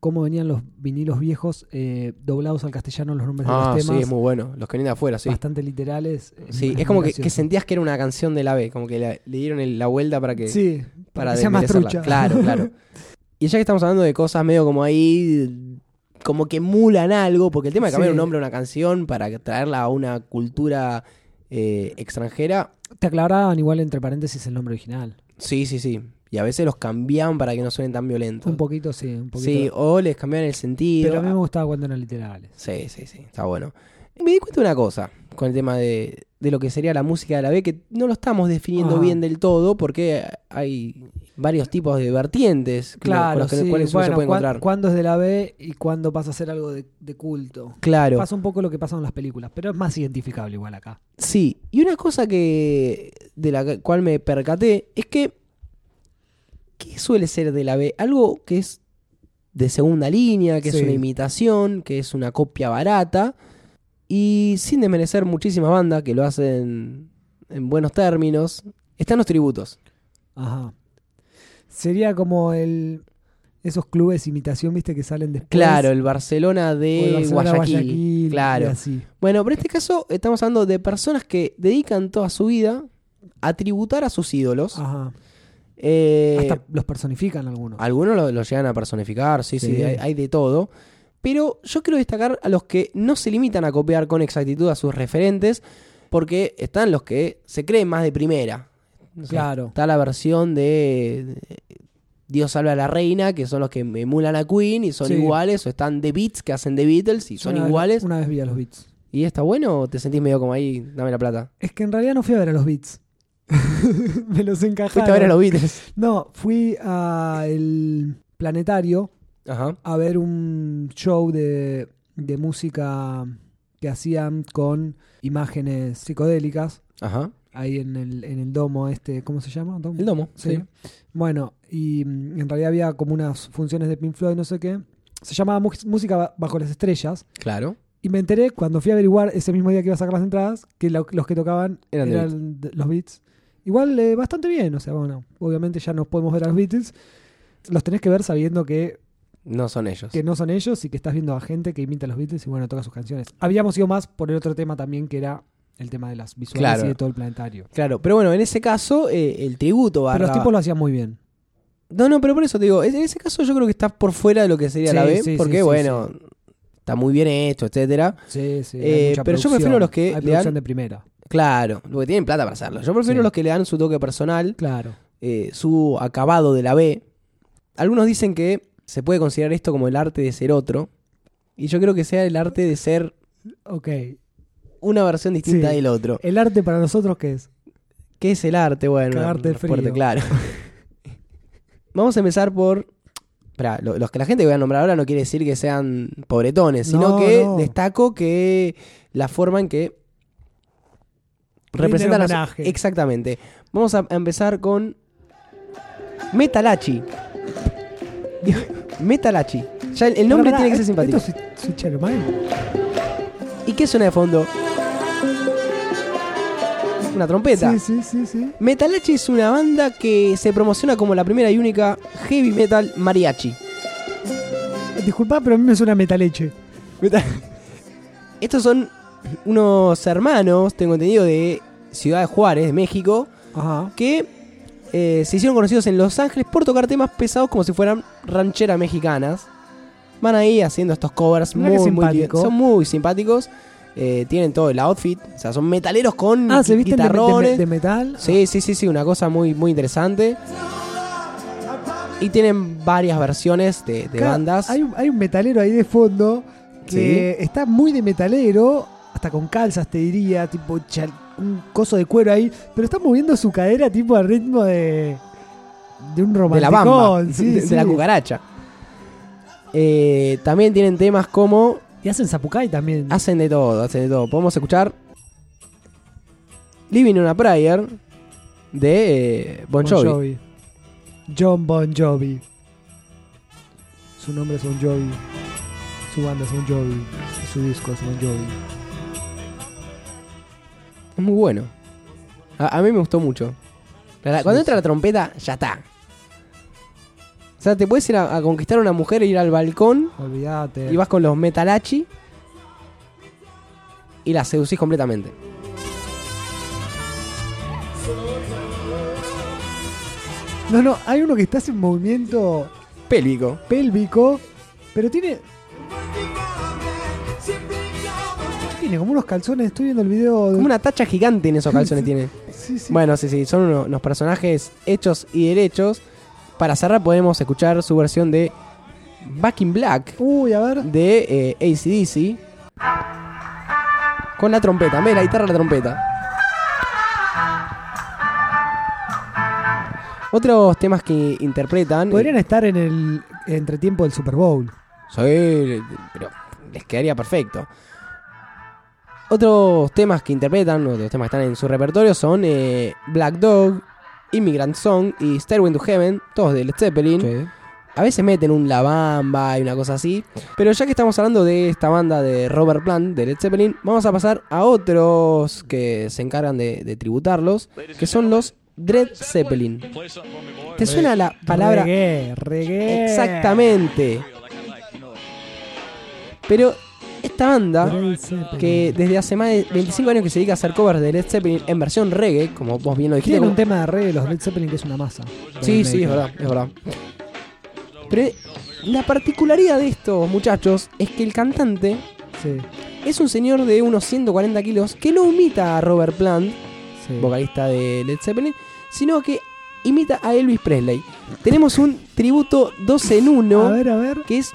A: cómo venían los vinilos viejos eh, doblados al castellano los nombres
B: Ah,
A: de los
B: sí,
A: temas.
B: es muy bueno. Los que vienen de afuera, sí.
A: Bastante literales. eh,
B: Sí,
A: muy
B: es como que, que
A: gracioso.
B: sentías que era una canción de la B, como que la- le dieron el- la vuelta para que...
A: Sí,
B: para
A: para que sea más
B: desmerecerla.
A: trucha.
B: Claro, claro. Y ya que estamos hablando de cosas medio como ahí, como que emulan algo, porque el tema de cambiar
A: Sí.
B: un nombre a una canción para que- traerla a una cultura eh, extranjera,
A: <laughs> Te aclaraban igual entre paréntesis el nombre original.
B: sí, sí, sí. Y a veces los cambiaban para que no suenen tan violentos.
A: Un poquito, sí, un poquito.
B: Sí, o les cambiaban el sentido.
A: pero a mí me gustaba cuando eran literales.
B: Sí, sí, sí, está bueno. Y me di cuenta de una cosa con el tema de,
A: Ah.
B: de lo que sería la música de la B, que no lo estamos definiendo
A: Ajá.
B: bien del todo, porque hay varios tipos de vertientes con- con
A: Claro,
B: los que-
A: sí.
B: cuales uno se
A: Bueno,
B: puede
A: cuán-
B: encontrar.
A: cuándo es de la B y cuándo pasa a ser algo de, de culto.
B: Claro.
A: Pasa un poco lo que pasa en las películas, pero es más identificable igual acá.
B: Sí, y una cosa que de la cual me percaté es que ¿qué suele ser de la B? Algo que es de segunda línea, que
A: Sí.
B: es una imitación, que es una copia barata y sin desmerecer muchísimas bandas que lo hacen en buenos términos, están los tributos.
A: Ajá. Sería como el esos clubes de imitación, viste, que salen después.
B: Claro, el Barcelona
A: O el
B: de
A: Barcelona,
B: Guayaquil.
A: Guayaquil,
B: Claro.
A: y así.
B: Bueno, pero en este caso estamos hablando de personas que dedican toda su vida a tributar a sus ídolos.
A: Ajá.
B: Eh,
A: Ah. Hasta los personifican algunos.
B: Algunos lo, lo llegan a personificar, sí, sí,
A: Sí.
B: hay, hay de todo. Pero yo quiero destacar a los que no se limitan a copiar con exactitud a sus referentes, porque están los que se creen más de primera. No sé,
A: Claro.
B: Está la versión de de Dios salve a la reina, que son los que emulan a Queen y son
A: Sí.
B: iguales, o están The Beats, que hacen The Beatles y son
A: Una vez-
B: iguales.
A: Una vez vi a los Beats.
B: ¿Y está bueno o te sentís medio como ahí, dame la plata?
A: Es que en realidad no fui a ver a los Beats. <laughs> Me los encajaron.
B: Fuiste a ver a los Beatles.
A: No, fui al planetario
B: Ajá.
A: a ver un show de, de música que hacían con imágenes psicodélicas
B: Ajá.
A: ahí en el, en el domo este, ¿cómo se llama? ¿Domo?
B: El domo,
A: Sí.
B: sí.
A: Bueno, y mm, en realidad había como unas funciones de Pink Floyd, no sé qué. Se llamaba Mu- Música Ba- Bajo las Estrellas.
B: Claro.
A: Y me enteré cuando fui a averiguar ese mismo día que iba a sacar las entradas, que lo- los que tocaban
B: Eran
A: eran,
B: de
A: de- los Beats. Igual eh, bastante bien, o sea, bueno, obviamente ya no podemos ver a los Beatles. Los tenés que ver sabiendo que,
B: No son ellos.
A: que no son ellos y que estás viendo a gente que imita a los Beatles y bueno, toca sus canciones. Habíamos ido más por el otro tema también que era el tema de las visuales
B: Claro.
A: y de todo el planetario.
B: Claro, pero bueno, en ese caso, eh, el tributo va
A: Pero los tipos lo hacían muy bien.
B: No, no, pero por eso te digo, en ese caso yo creo que está por fuera de lo que sería
A: Sí,
B: la B,
A: sí,
B: porque
A: sí, sí,
B: bueno, está muy bien esto, etcétera.
A: Sí, sí. hay
B: Eh,
A: mucha
B: pero yo
A: producción,
B: prefiero los que
A: hay
B: le
A: producción
B: dan-
A: de primera.
B: Claro, porque tienen plata para hacerlo. Yo prefiero
A: Sí.
B: los que le dan su toque personal,
A: Claro.
B: eh, su acabado de la B. Algunos dicen que se puede considerar esto como el arte de ser otro, y yo creo que sea el arte de ser
A: Ok.
B: una versión distinta
A: Sí.
B: del otro.
A: ¿El arte para nosotros qué es?
B: ¿Qué es el arte? Bueno,
A: Cagarte
B: una
A: el frío.
B: respuesta, claro. Vamos a empezar por. Esperá, lo- los que la gente que voy a nombrar ahora no quiere decir que sean pobretones, sino
A: No,
B: que
A: no.
B: destaco que la forma en que representan las-
A: homenaje.
B: Exactamente. Vamos a a empezar con Metalachi. <laughs> Metalachi. Ya el, el nombre
A: Pará,
B: tiene que ser
A: ¿esto-
B: simpático.
A: esto es Switch Alemán?
B: ¿Y qué suena de fondo? Una trompeta.
A: Sí, sí, sí, sí.
B: Metalachi es una banda que se promociona como la primera y única heavy metal mariachi.
A: Disculpa, pero a mí me suena metaleche.
B: Meta- Estos son unos hermanos, tengo entendido, de Ciudad de Juárez, de México,
A: Ajá.
B: que eh, se hicieron conocidos en Los Ángeles por tocar temas pesados como si fueran rancheras mexicanas. Van ahí haciendo estos covers
A: Mirá
B: muy,
A: qué
B: muy bien.
A: simpático.
B: Son muy simpáticos. eh, tienen todo el outfit. O sea, son metaleros con
A: Ah, ¿se visten de,
B: guitarrones.
A: de- de metal?
B: Sí, sí, sí, sí, una cosa muy, muy interesante. Y tienen varias versiones de, de
A: Acá
B: bandas.
A: Hay un, hay un metalero ahí de fondo que está muy de metalero, hasta con calzas te diría, tipo chal- un coso de cuero ahí, pero está moviendo su cadera tipo al ritmo de de un
B: de la bamba,
A: romanticón, sí,
B: <laughs> de,
A: sí.
B: de la cucaracha. Eh, también tienen temas como...
A: Y hacen zapucay también.
B: Hacen de todo, hacen de todo. Podemos escuchar Living on a Prayer de eh, Bon Jovi.
A: John Bon Jovi. Su nombre es Bon Jovi. Su banda es Bon Jovi. Su disco es Bon Jovi.
B: Es muy bueno. A, a mí me gustó mucho. La- la-
A: Sí, sí.
B: cuando entra la trompeta, ya está. O sea, te puedes ir a, a conquistar a una mujer e ir al balcón
A: Olvídate.
B: y vas con los metalachi y la seducís completamente.
A: No, no, hay uno que está en movimiento
B: Pélvico.
A: pélvico, pero tiene. Tiene como unos calzones, estoy viendo el video. De...
B: Como una tacha gigante en esos calzones
A: <laughs> Sí,
B: tiene.
A: Sí, sí.
B: Bueno, sí, sí, son uno- unos personajes hechos y derechos. Para cerrar podemos escuchar su versión de Back in Black
A: Uy, a ver.
B: de eh, ACDC. Con la trompeta, mira, la guitarra la trompeta. Otros temas que interpretan.
A: Podrían estar en el entretiempo del Super Bowl.
B: Sí, pero les quedaría perfecto. Otros temas que interpretan, otros temas que están en su repertorio son eh, Black Dog, Immigrant Song y Stairway to Heaven, todos de Led Zeppelin. A veces meten un La Bamba y una cosa así. Pero ya que estamos hablando de esta banda de Robert Plant, de Led Zeppelin, vamos a pasar a otros que se encargan de, de tributarlos, que son los Dread Zeppelin. ¿Te suena la palabra?
A: Reggae, reggae.
B: Exactamente. Pero esta banda,
A: Led Zeppelin.
B: que desde hace más de 25 años que se dedica a hacer covers de Led Zeppelin en versión reggae, como vos bien lo dijiste.
A: Tienen un
B: como-
A: tema de reggae de los Led Zeppelin que es una masa.
B: Sí, sí, es verdad, es verdad. Pero la particularidad de estos muchachos es que el cantante
A: Sí,
B: es un señor de unos 140 kilos que no imita a Robert Plant,
A: sí.
B: vocalista de Led Zeppelin, sino que imita a Elvis Presley. Tenemos un tributo 2 en 1
A: A ver, a ver.
B: que es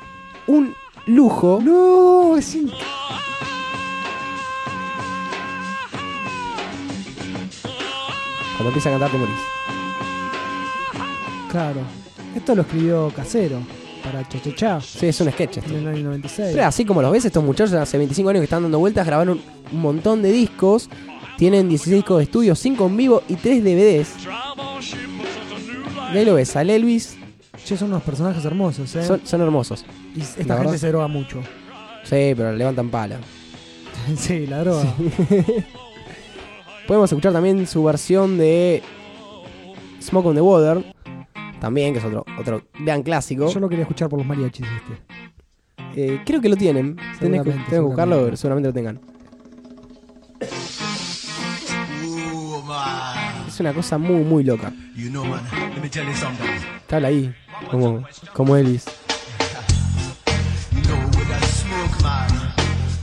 B: un lujo.
A: No, es inc-
B: Cuando empieza a cantar te morís.
A: Claro. Esto lo escribió Casero para Chochochá
B: Sí, es un sketch esto.
A: en el año 96.
B: Pero así como los ves, estos muchachos hace 25 años que están dando vueltas, grabaron un montón de discos, tienen 16 discos de estudio, 5 en vivo y 3 DVDs. Y ahí lo ves, al Elvis,
A: Che, son unos personajes hermosos, ¿eh?
B: son, son hermosos.
A: Y esta
B: la
A: gente
B: verdad-
A: se droga mucho. <laughs>
B: Sí, pero levantan pala.
A: sí, la droga.
B: Podemos escuchar también su versión de Smoke on the Water, también, que es otro, otro gran clásico.
A: Yo lo quería escuchar por los mariachis este.
B: Eh, creo que lo tienen, tenés que,
A: Seguramente,
B: tengo que buscarlo,
A: seguramente.
B: pero seguramente lo tengan. Es una cosa muy, muy loca.
E: You know, man, let me tell you something.
B: Está ahí, como, como Elvis.
E: You know, with that smoke, man,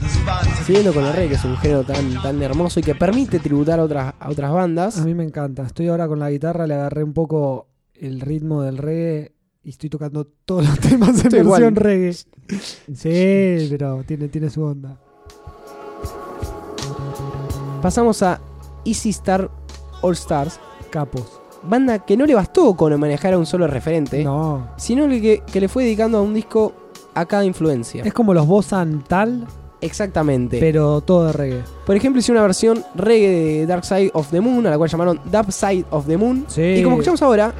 E: this band is
B: Siguiendo con el rey, que es un género tan, tan hermoso y que permite tributar a otras, a otras
A: A
B: bandas.
A: mí me encanta. Estoy ahora con la guitarra, le agarré un poco el ritmo del reggae y estoy tocando todos los <laughs> temas en
B: Estoy igual.
A: versión reggae. Sí, pero tiene, tiene su onda.
B: Pasamos a Easy Star All Stars,
A: Capos.
B: banda que no le bastó con manejar a un solo referente,
A: No.
B: sino le que, que le fue dedicando a un disco a cada influencia.
A: Es como los Bosan tal,
B: Exactamente.
A: pero todo de reggae.
B: Por ejemplo, hice una versión reggae de Dark Side of the Moon, a la cual llamaron Dub Side of the Moon.
A: Sí.
B: Y como escuchamos ahora,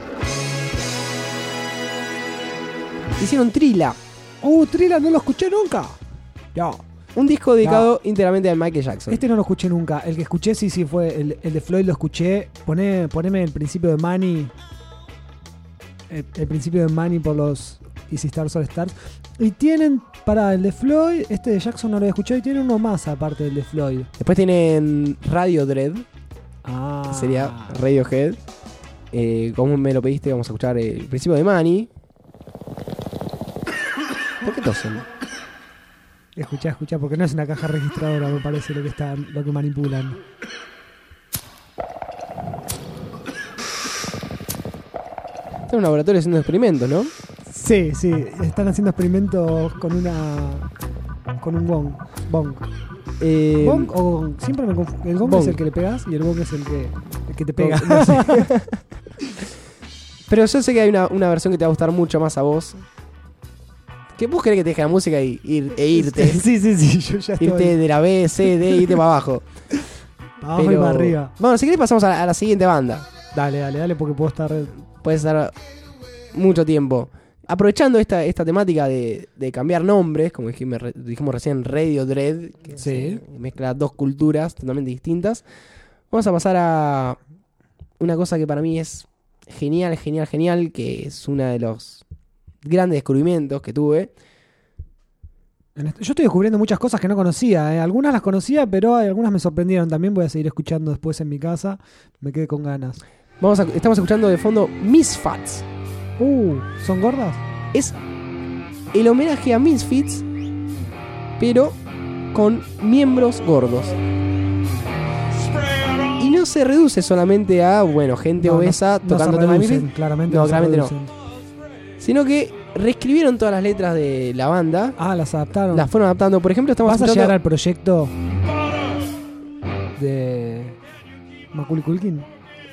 B: hicieron Trila,
A: ¡Uh, Trila! No lo escuché nunca. No.
B: un disco dedicado íntegramente a Michael Jackson.
A: Este no lo escuché nunca. El que escuché sí, sí fue el, el de Floyd, lo escuché. Poné, poneme el principio de Manny. El, el principio de Manny por los Easy Stars All Stars. Y tienen, para el de Floyd, este de Jackson no lo he escuchado y tienen uno más aparte del de Floyd.
B: Después tienen Radio Dread,
A: Ah.
B: que sería Radiohead. Eh, como me lo pediste, vamos a escuchar el principio de Manny. ¿Por qué tosen?
A: Escuchá, escuchá, porque no es una caja registradora, me parece lo que están, lo que manipulan.
B: Están en un laboratorio haciendo experimentos, ¿no?
A: Sí, sí, están haciendo experimentos con una. con un bong. Bong.
B: Eh,
A: ¿Gong o gong? Siempre me confundo. El gong,
B: Gong.
A: es el que le pegas y el gong es el que, el que te pega.
B: No sé. Pero yo sé que hay una, una versión que te va a gustar mucho más a vos. Que vos querés que te deje la música y, ir- e irte.
A: <laughs> Sí, sí, sí, yo ya estoy.
B: irte de la B, C, D, irte para abajo.
A: Para <laughs> abajo y para arriba.
B: Bueno, si querés pasamos a la, a la siguiente banda.
A: Dale, dale, dale, porque puedo estar.
B: Puedes estar mucho tiempo. Aprovechando esta, esta temática de, de cambiar nombres, como dijime- re- dijimos recién, Radio Dread, que
A: Sí.
B: se mezcla dos culturas totalmente distintas, vamos a pasar a una cosa que para mí es genial, genial, genial, que es uno de los grandes descubrimientos que tuve.
A: en esto- Yo estoy descubriendo muchas cosas que no conocía. ¿eh? Algunas las conocía, pero hay- algunas me sorprendieron. También voy a seguir escuchando después en mi casa. Me quedé con ganas.
B: Vamos a- estamos escuchando de fondo Misfits.
A: Uh, ¿son gordas?
B: Es el homenaje a Misfits, pero con miembros gordos. Y no se reduce solamente a, bueno, gente
A: No, no-
B: obesa
A: no se
B: tocando temas de
A: reducen,
B: Misfits,
A: Claramente
B: No,
A: no, se
B: claramente no.
A: reducen.
B: sino que reescribieron todas las letras de la banda,
A: Ah, las adaptaron.
B: las fueron adaptando. Por ejemplo, estamos
A: ¿Vas a
B: escuchando-
A: llegar al proyecto de Macaulay Culkin?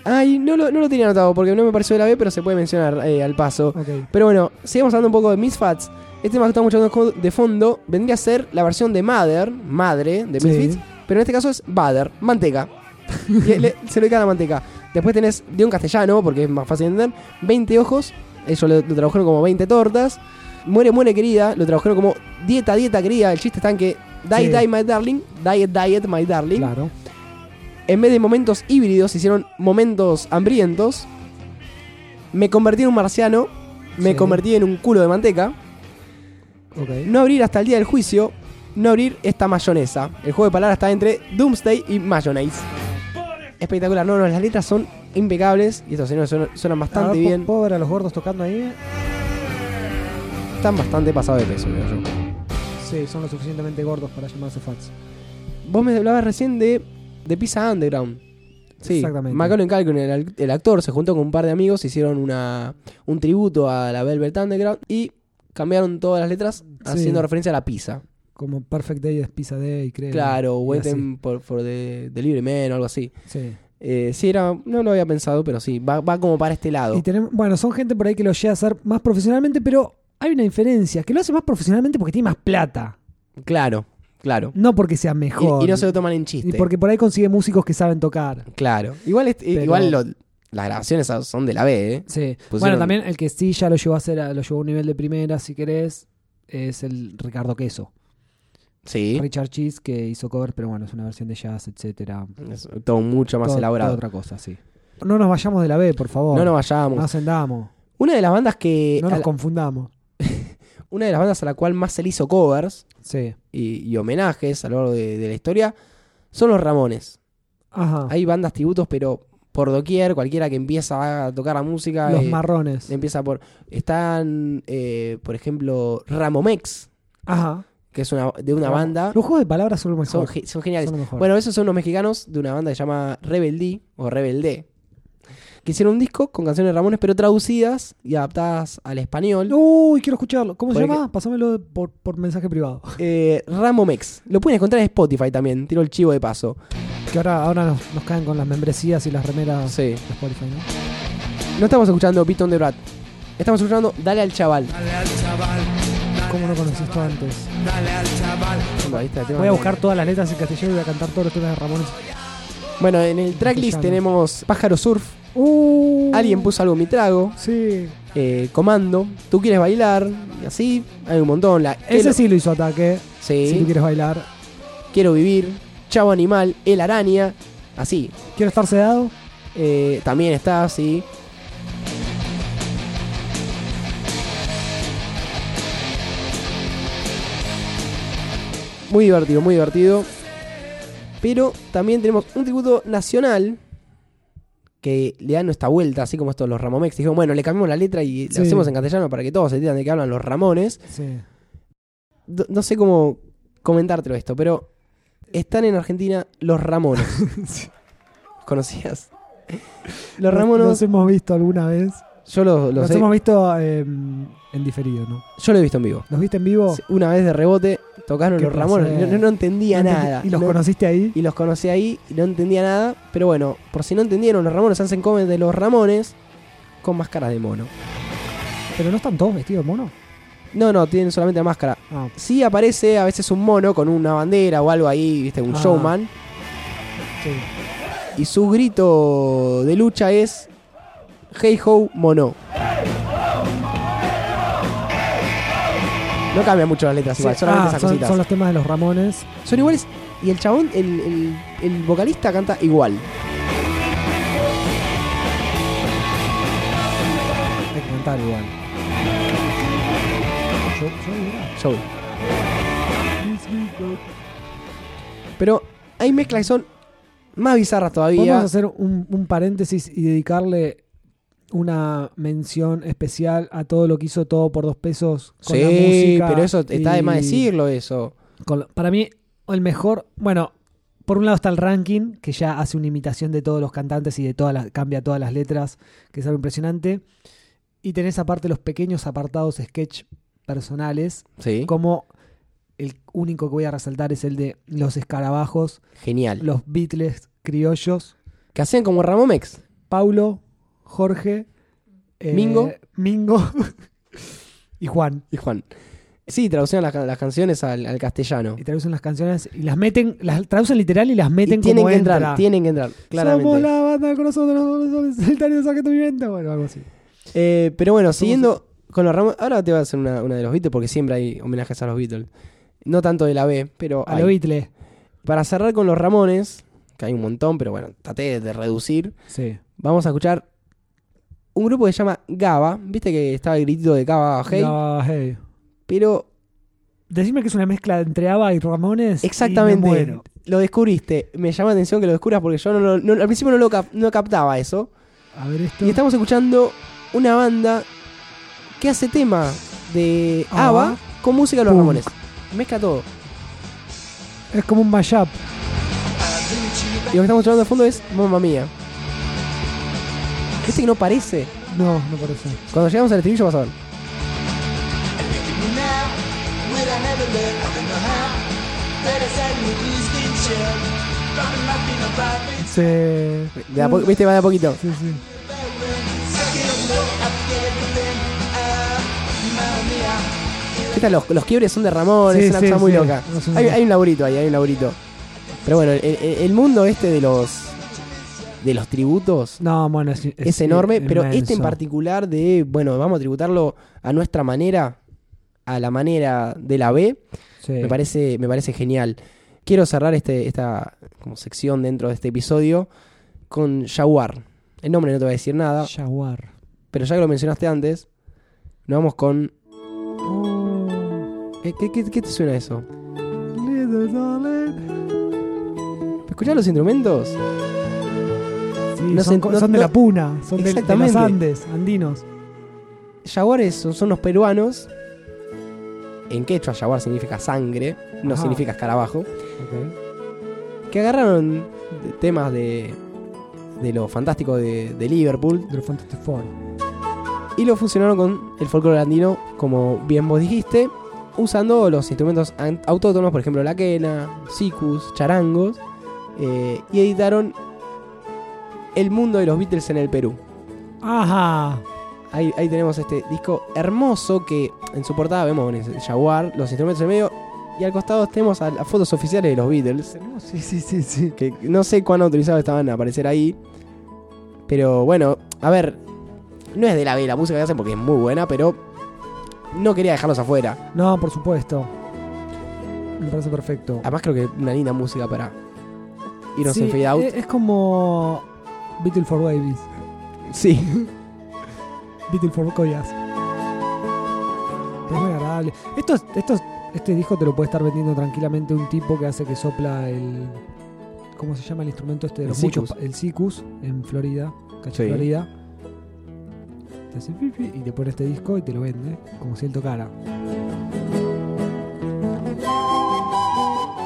B: Ay, no lo, no lo tenía anotado porque no me pareció de la B, pero se puede mencionar eh, al paso.
A: Ok.
B: Pero bueno, sigamos hablando un poco de Misfits. Este tema que estamos escuchando de fondo vendría a ser la versión de Mother, madre de
A: Sí.
B: Misfits, pero en este caso es Bader,
A: <laughs>
B: manteca. Y le- se lo dedica a la manteca. Después tenés de un castellano, porque es más fácil de entender, 20 ojos, eso lo, lo tradujeron como 20 tortas. Muere, muere querida, lo tradujeron como dieta, dieta querida. El chiste está en que die,
A: Sí.
B: die, my darling, diet, diet, my darling.
A: Claro.
B: En vez de momentos híbridos, hicieron momentos hambrientos. Me convertí en un marciano. Me
A: Sí.
B: convertí en un culo de manteca.
A: Ok. Ah,
B: No abrir hasta el día del juicio. No abrir esta mayonesa. El juego de palabras está entre Doomsday y Mayonnaise. Espectacular. No, no, las letras son impecables. Y estos señores suenan, suenan
A: A
B: bastante
A: ver, ¿puedo-
B: bien.
A: ¿Puedo ver a los gordos tocando ahí?
B: Están bastante pasados de peso, creo yo.
A: Sí, son lo suficientemente gordos para llamarse fats.
B: Vos me hablabas recién de, de Pizza Underground. Sí,
A: Exactamente.
B: Macaulay Culkin, el, al- el actor, se juntó con un par de amigos, hicieron una, un tributo a la Velvet Underground y cambiaron todas las letras haciendo referencia a la pizza.
A: Como Perfect Day es Pizza Day, creo.
B: claro,
A: Y así.
B: Waiting for, for the Delivery Man o algo así.
A: Sí.
B: Eh, sí, era, no lo había pensado, pero sí, va, va como para este lado.
A: Y tenemos, bueno, son gente por ahí que lo llega a hacer más profesionalmente, pero hay una diferencia, que lo hace más profesionalmente porque tiene más plata,
B: Claro, claro.
A: no porque sea
B: Y,
A: mejor.
B: y no se lo toman en
A: Y
B: chiste.
A: porque por ahí consigue músicos que saben tocar.
B: Claro. Igual, este-
A: Pero-
B: igual lo- las grabaciones son de la B, ¿eh?
A: Sí.
B: Pusieron-
A: Bueno, también el que sí ya lo llevó a hacer, a- lo llevó a un nivel de primera, si querés, es el Ricardo Queso.
B: Sí.
A: Richard Cheese que hizo cover, pero bueno, es una versión de jazz, etcétera.
B: Es todo mucho más
A: Todo-
B: elaborado.
A: toda otra Ah, cosa, sí. No nos vayamos de la B, por favor.
B: No nos vayamos. Eh,
A: No ascendamos,
B: Una de las bandas que.
A: no
B: a
A: nos
B: la-
A: confundamos.
B: una de las bandas a la cual más se le hizo covers
A: Sí.
B: y, y homenajes a lo largo de, de la historia son los Ramones.
A: Ajá.
B: Hay bandas tributos, pero por doquier, cualquiera que empieza a tocar la música.
A: Los
B: eh,
A: marrones.
B: Empieza por. Están, eh, por ejemplo, Ramomex,
A: Ajá.
B: que es una, de una
A: Ramo-
B: banda.
A: Los juegos de palabras son lo Oh, mejor.
B: Son, ge- son geniales.
A: Son lo mejor.
B: Bueno, esos son los mexicanos de una banda que se llama Rebeldí o Rebelde. Que hicieron un disco con canciones de Ramones, pero traducidas y adaptadas al español.
A: Uy, quiero escucharlo. ¿Cómo se
B: Porque-
A: llama? Pásamelo de- por, por mensaje privado. <laughs>
B: Eh, Ramomex. Lo pueden encontrar en Spotify también. Tiro el chivo de paso.
A: Que ahora, ahora nos, nos caen con las membresías y las remeras
B: Sí.
A: de Spotify, ¿no?
B: No estamos escuchando Beat on the Brat. Estamos escuchando Dale al Chaval.
A: ¿Cómo no conocí esto antes?
B: Ahí está el tema.
A: Voy a buscar todas las letras en castellano y voy a cantar todos los temas de Ramones.
B: Bueno, en el tracklist
A: Castellano.
B: tenemos Pájaro Surf.
A: Uh,
B: Alguien puso algo en mi trago.
A: Sí.
B: eh, comando. Tú quieres bailar. Y así. Hay un montón. La
A: Ese
B: Elo-
A: sí lo hizo ataque.
B: Sí.
A: Si tú quieres bailar.
B: Quiero vivir. Chavo Animal. El Araña. Así.
A: ¿Quiero estar sedado?
B: Eh, también está así. Muy divertido, muy divertido. Pero también tenemos un tributo nacional que le dan esta vuelta, así como estos los Ramomex. Dijeron, bueno, le cambiamos la letra y
A: Sí.
B: la hacemos en castellano para que todos se entiendan de qué hablan los Ramones.
A: Sí.
B: Do- no sé cómo comentártelo esto, pero están en Argentina los Ramones. ¿Los ¿Conocías? Los Ramones,
A: Los hemos visto alguna vez.
B: yo los, los
A: Los
B: he,
A: hemos visto eh, en diferido, ¿no?
B: yo lo he visto en vivo.
A: ¿Los viste en vivo?
B: Sí, Una vez de rebote tocaron
A: Oh. Qué
B: los Ramones, no,
A: placer.
B: no- no entendía
A: No entendí-
B: nada.
A: ¿Y los
B: No-
A: conociste ahí?
B: y los conocí ahí y no entendía nada, pero bueno, por si no entendieron, los Ramones hacen cover de los Ramones con máscaras de mono.
A: Pero no están todos vestidos de mono.
B: No, no, tienen solamente la máscara.
A: Ah,
B: Sí aparece a veces un mono con una bandera o algo ahí, viste, un
A: Ah.
B: showman.
A: sí.
B: y su grito de lucha es Hey Ho Mono. No cambia mucho las letras igual,
A: Sí,
B: solamente
A: ah,
B: esas
A: son,
B: cositas.
A: son
B: Son,
A: los temas de los Ramones.
B: iguales y el chabón, el, el- el vocalista canta igual.
A: Hay que cantar igual. Yo, yo "Ah, diría,
B: Show. Pero hay mezclas que son más bizarras
A: Podemos
B: todavía.
A: hacer un, un paréntesis y dedicarle una mención especial a todo lo que hizo todo por dos pesos con la
B: Sí,
A: música.
B: pero eso está de más
A: y
B: decirlo eso.
A: con la- para mí, el mejor. Bueno, por un lado está el ranking, que ya hace una imitación de todos los cantantes y de todas las, cambia todas las letras, que es algo impresionante. Y tenés aparte los pequeños apartados sketch personales
B: Sí.
A: como el único que voy a resaltar es el de los escarabajos,
B: Genial.
A: los Beatles criollos,
B: Que hacían como Ramomex.
A: Paulo, Jorge, eh,
B: Mingo.
A: Mingo <laughs> y Juan.
B: Y Juan. Sí, traducían las, ca- las canciones al, al castellano.
A: Y traducen las canciones y las meten, las traducen literal y las meten
B: Y tienen
A: como
B: que entrar,
A: entra.
B: tienen que entrar,
A: Somos
B: claramente.
A: la banda del corazón de los dolores solitarios de Sargento Viviente. Bueno, algo así.
B: Eh, pero bueno, siguiendo con los Ramones. Ahora te voy a hacer una, una de los Beatles, porque siempre hay homenajes a los Beatles. No tanto de la B, pero
A: A
B: hay.
A: lo Beatles.
B: Para cerrar con los Ramones, que hay un montón, pero bueno, traté de reducir.
A: Sí.
B: Vamos a escuchar un grupo que se llama Gaba. Viste que estaba el gritito de Gaba Hey.
A: No, hey.
B: Pero
A: Decime que es una mezcla entre ABBA y Ramones. y me
B: exactamente,
A: muero.
B: lo descubriste. Me llama la atención que lo descubras porque yo no, lo- no- al principio no lo cap- no captaba eso.
A: A ver esto.
B: Y estamos escuchando una banda que hace tema de
A: Ah.
B: ABBA con música de los
A: Pum.
B: Ramones. Mezcla todo.
A: Es como un mashup.
B: Y lo que estamos escuchando de fondo es Mamma Mía. Viste que no parece.
A: No, no parece.
B: Cuando llegamos al estribillo vas a ver.
A: Se...
B: De a po- Viste, va de a poquito.
A: Sí, sí.
B: Estas, los, los quiebres son de Ramones,
A: Sí,
B: es una
A: sí,
B: cosa muy
A: sí.
B: loca.
A: No, sí,
B: Hay,
A: sí.
B: hay un laburito ahí, hay un laburito. Pero bueno, el, el- el mundo este de los de los tributos
A: No, bueno, es,
B: es, enorme, pero este en
A: inmenso.
B: particular de, bueno, vamos a tributarlo a nuestra manera, a la manera de la B,
A: Sí.
B: me parece me parece genial. Quiero cerrar este esta como sección dentro de este episodio con Jaguar. El nombre no te va a decir nada,
A: Ah, Jaguar.
B: pero ya que lo mencionaste antes, nos vamos con
A: Oh,
B: eh, ¿Qué, qué- qué te suena eso?
A: little darling.
B: ¿Escuchás los instrumentos?
A: Sí,
B: No
A: son,
B: sé,
A: co-
B: no-
A: son de
B: no-
A: la puna, son de, de los
B: Exactamente.
A: Andes, andinos.
B: Jaguares son, son los peruanos. En quechua, jaguar significa sangre, no
A: Ajá.
B: significa escarabajo. Que agarraron de- temas de, de lo fantástico de, de Liverpool
A: De los Fantastic Four.
B: y lo fusionaron con el folclore andino, como bien vos dijiste, usando los instrumentos an- autóctonos, por ejemplo, la quena, sicus, charangos, eh, y editaron El mundo de los Beatles en el Perú.
A: Ajá.
B: Ahí, ahí tenemos este disco hermoso que en su portada vemos un jaguar, los instrumentos en medio y al costado tenemos a las fotos oficiales de los Beatles,
A: Tenemos- Sí, sí, sí, sí.
B: que no sé cuán autorizados estaban a aparecer ahí. Pero bueno, a ver, no es de la B la música que hacen porque es muy buena, pero no quería dejarlos afuera.
A: No, por supuesto. Me parece perfecto.
B: Además creo que es una linda música para irnos
A: Sí, eh, e-,
B: en fade out.
A: Es, es como Beatle for Babies, <laughs>
B: sí.
A: Beatle for Coyas. Es muy agradable. Esto, es- esto, es- este disco te lo puede estar vendiendo tranquilamente un tipo que hace que sopla el. ¿Cómo se llama el instrumento este de
B: El
A: los
B: sikus.
A: muchos? pa- El Sicus en Florida, calle
B: Sí.
A: Florida. Te hace pi, pi, y te pone este disco y te lo vende, como si él tocara.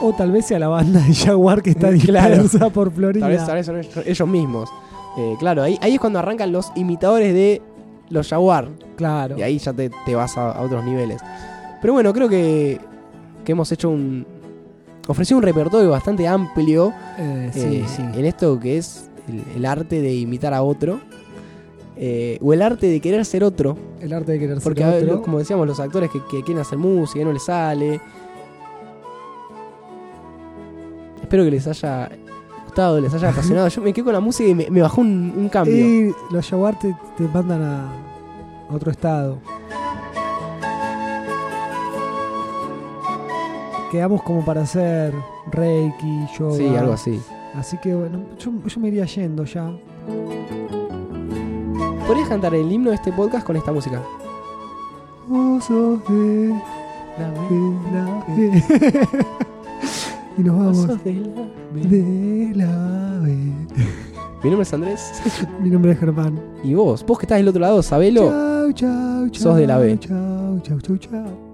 A: O tal vez sea la banda de Jaguar que está
B: <laughs> Claro.
A: dispersa por Florida.
B: Tal vez, tal vez son ellos- ellos mismos. Eh, claro, ahí, ahí es cuando arrancan los imitadores de los jaguar.
A: Claro.
B: Y ahí ya te, te vas a, a otros niveles. Pero bueno, creo que, que hemos hecho un. ofrecido un repertorio bastante amplio
A: Eh,
B: eh, en esto que es el, el arte de imitar a otro. eh, o el arte de querer ser otro.
A: El arte de querer ser
B: Porque, a ver,
A: otro.
B: como decíamos, los actores que, que quieren hacer música y no les sale. Espero que les haya gustado, les haya apasionado. Yo me quedé con la música y me, me bajó un, un cambio.
A: y los jaguar te, te mandan a a otro estado. Quedamos como para hacer Reiki, yoga.
B: Sí, algo así.
A: Así que bueno, yo, yo me iría yendo ya.
B: ¿Podrías cantar el himno de este podcast con esta música?
A: Vos sos de la B. <laughs> y nos vamos
B: Mi
A: de la B.
B: nombre es Andrés.
A: Mi nombre es Germán.
B: Y vos, vos que estás del otro lado, sabelo.
A: Chau, chau, chau.
B: Sos de la B.
A: Chau, chau, chau, chau.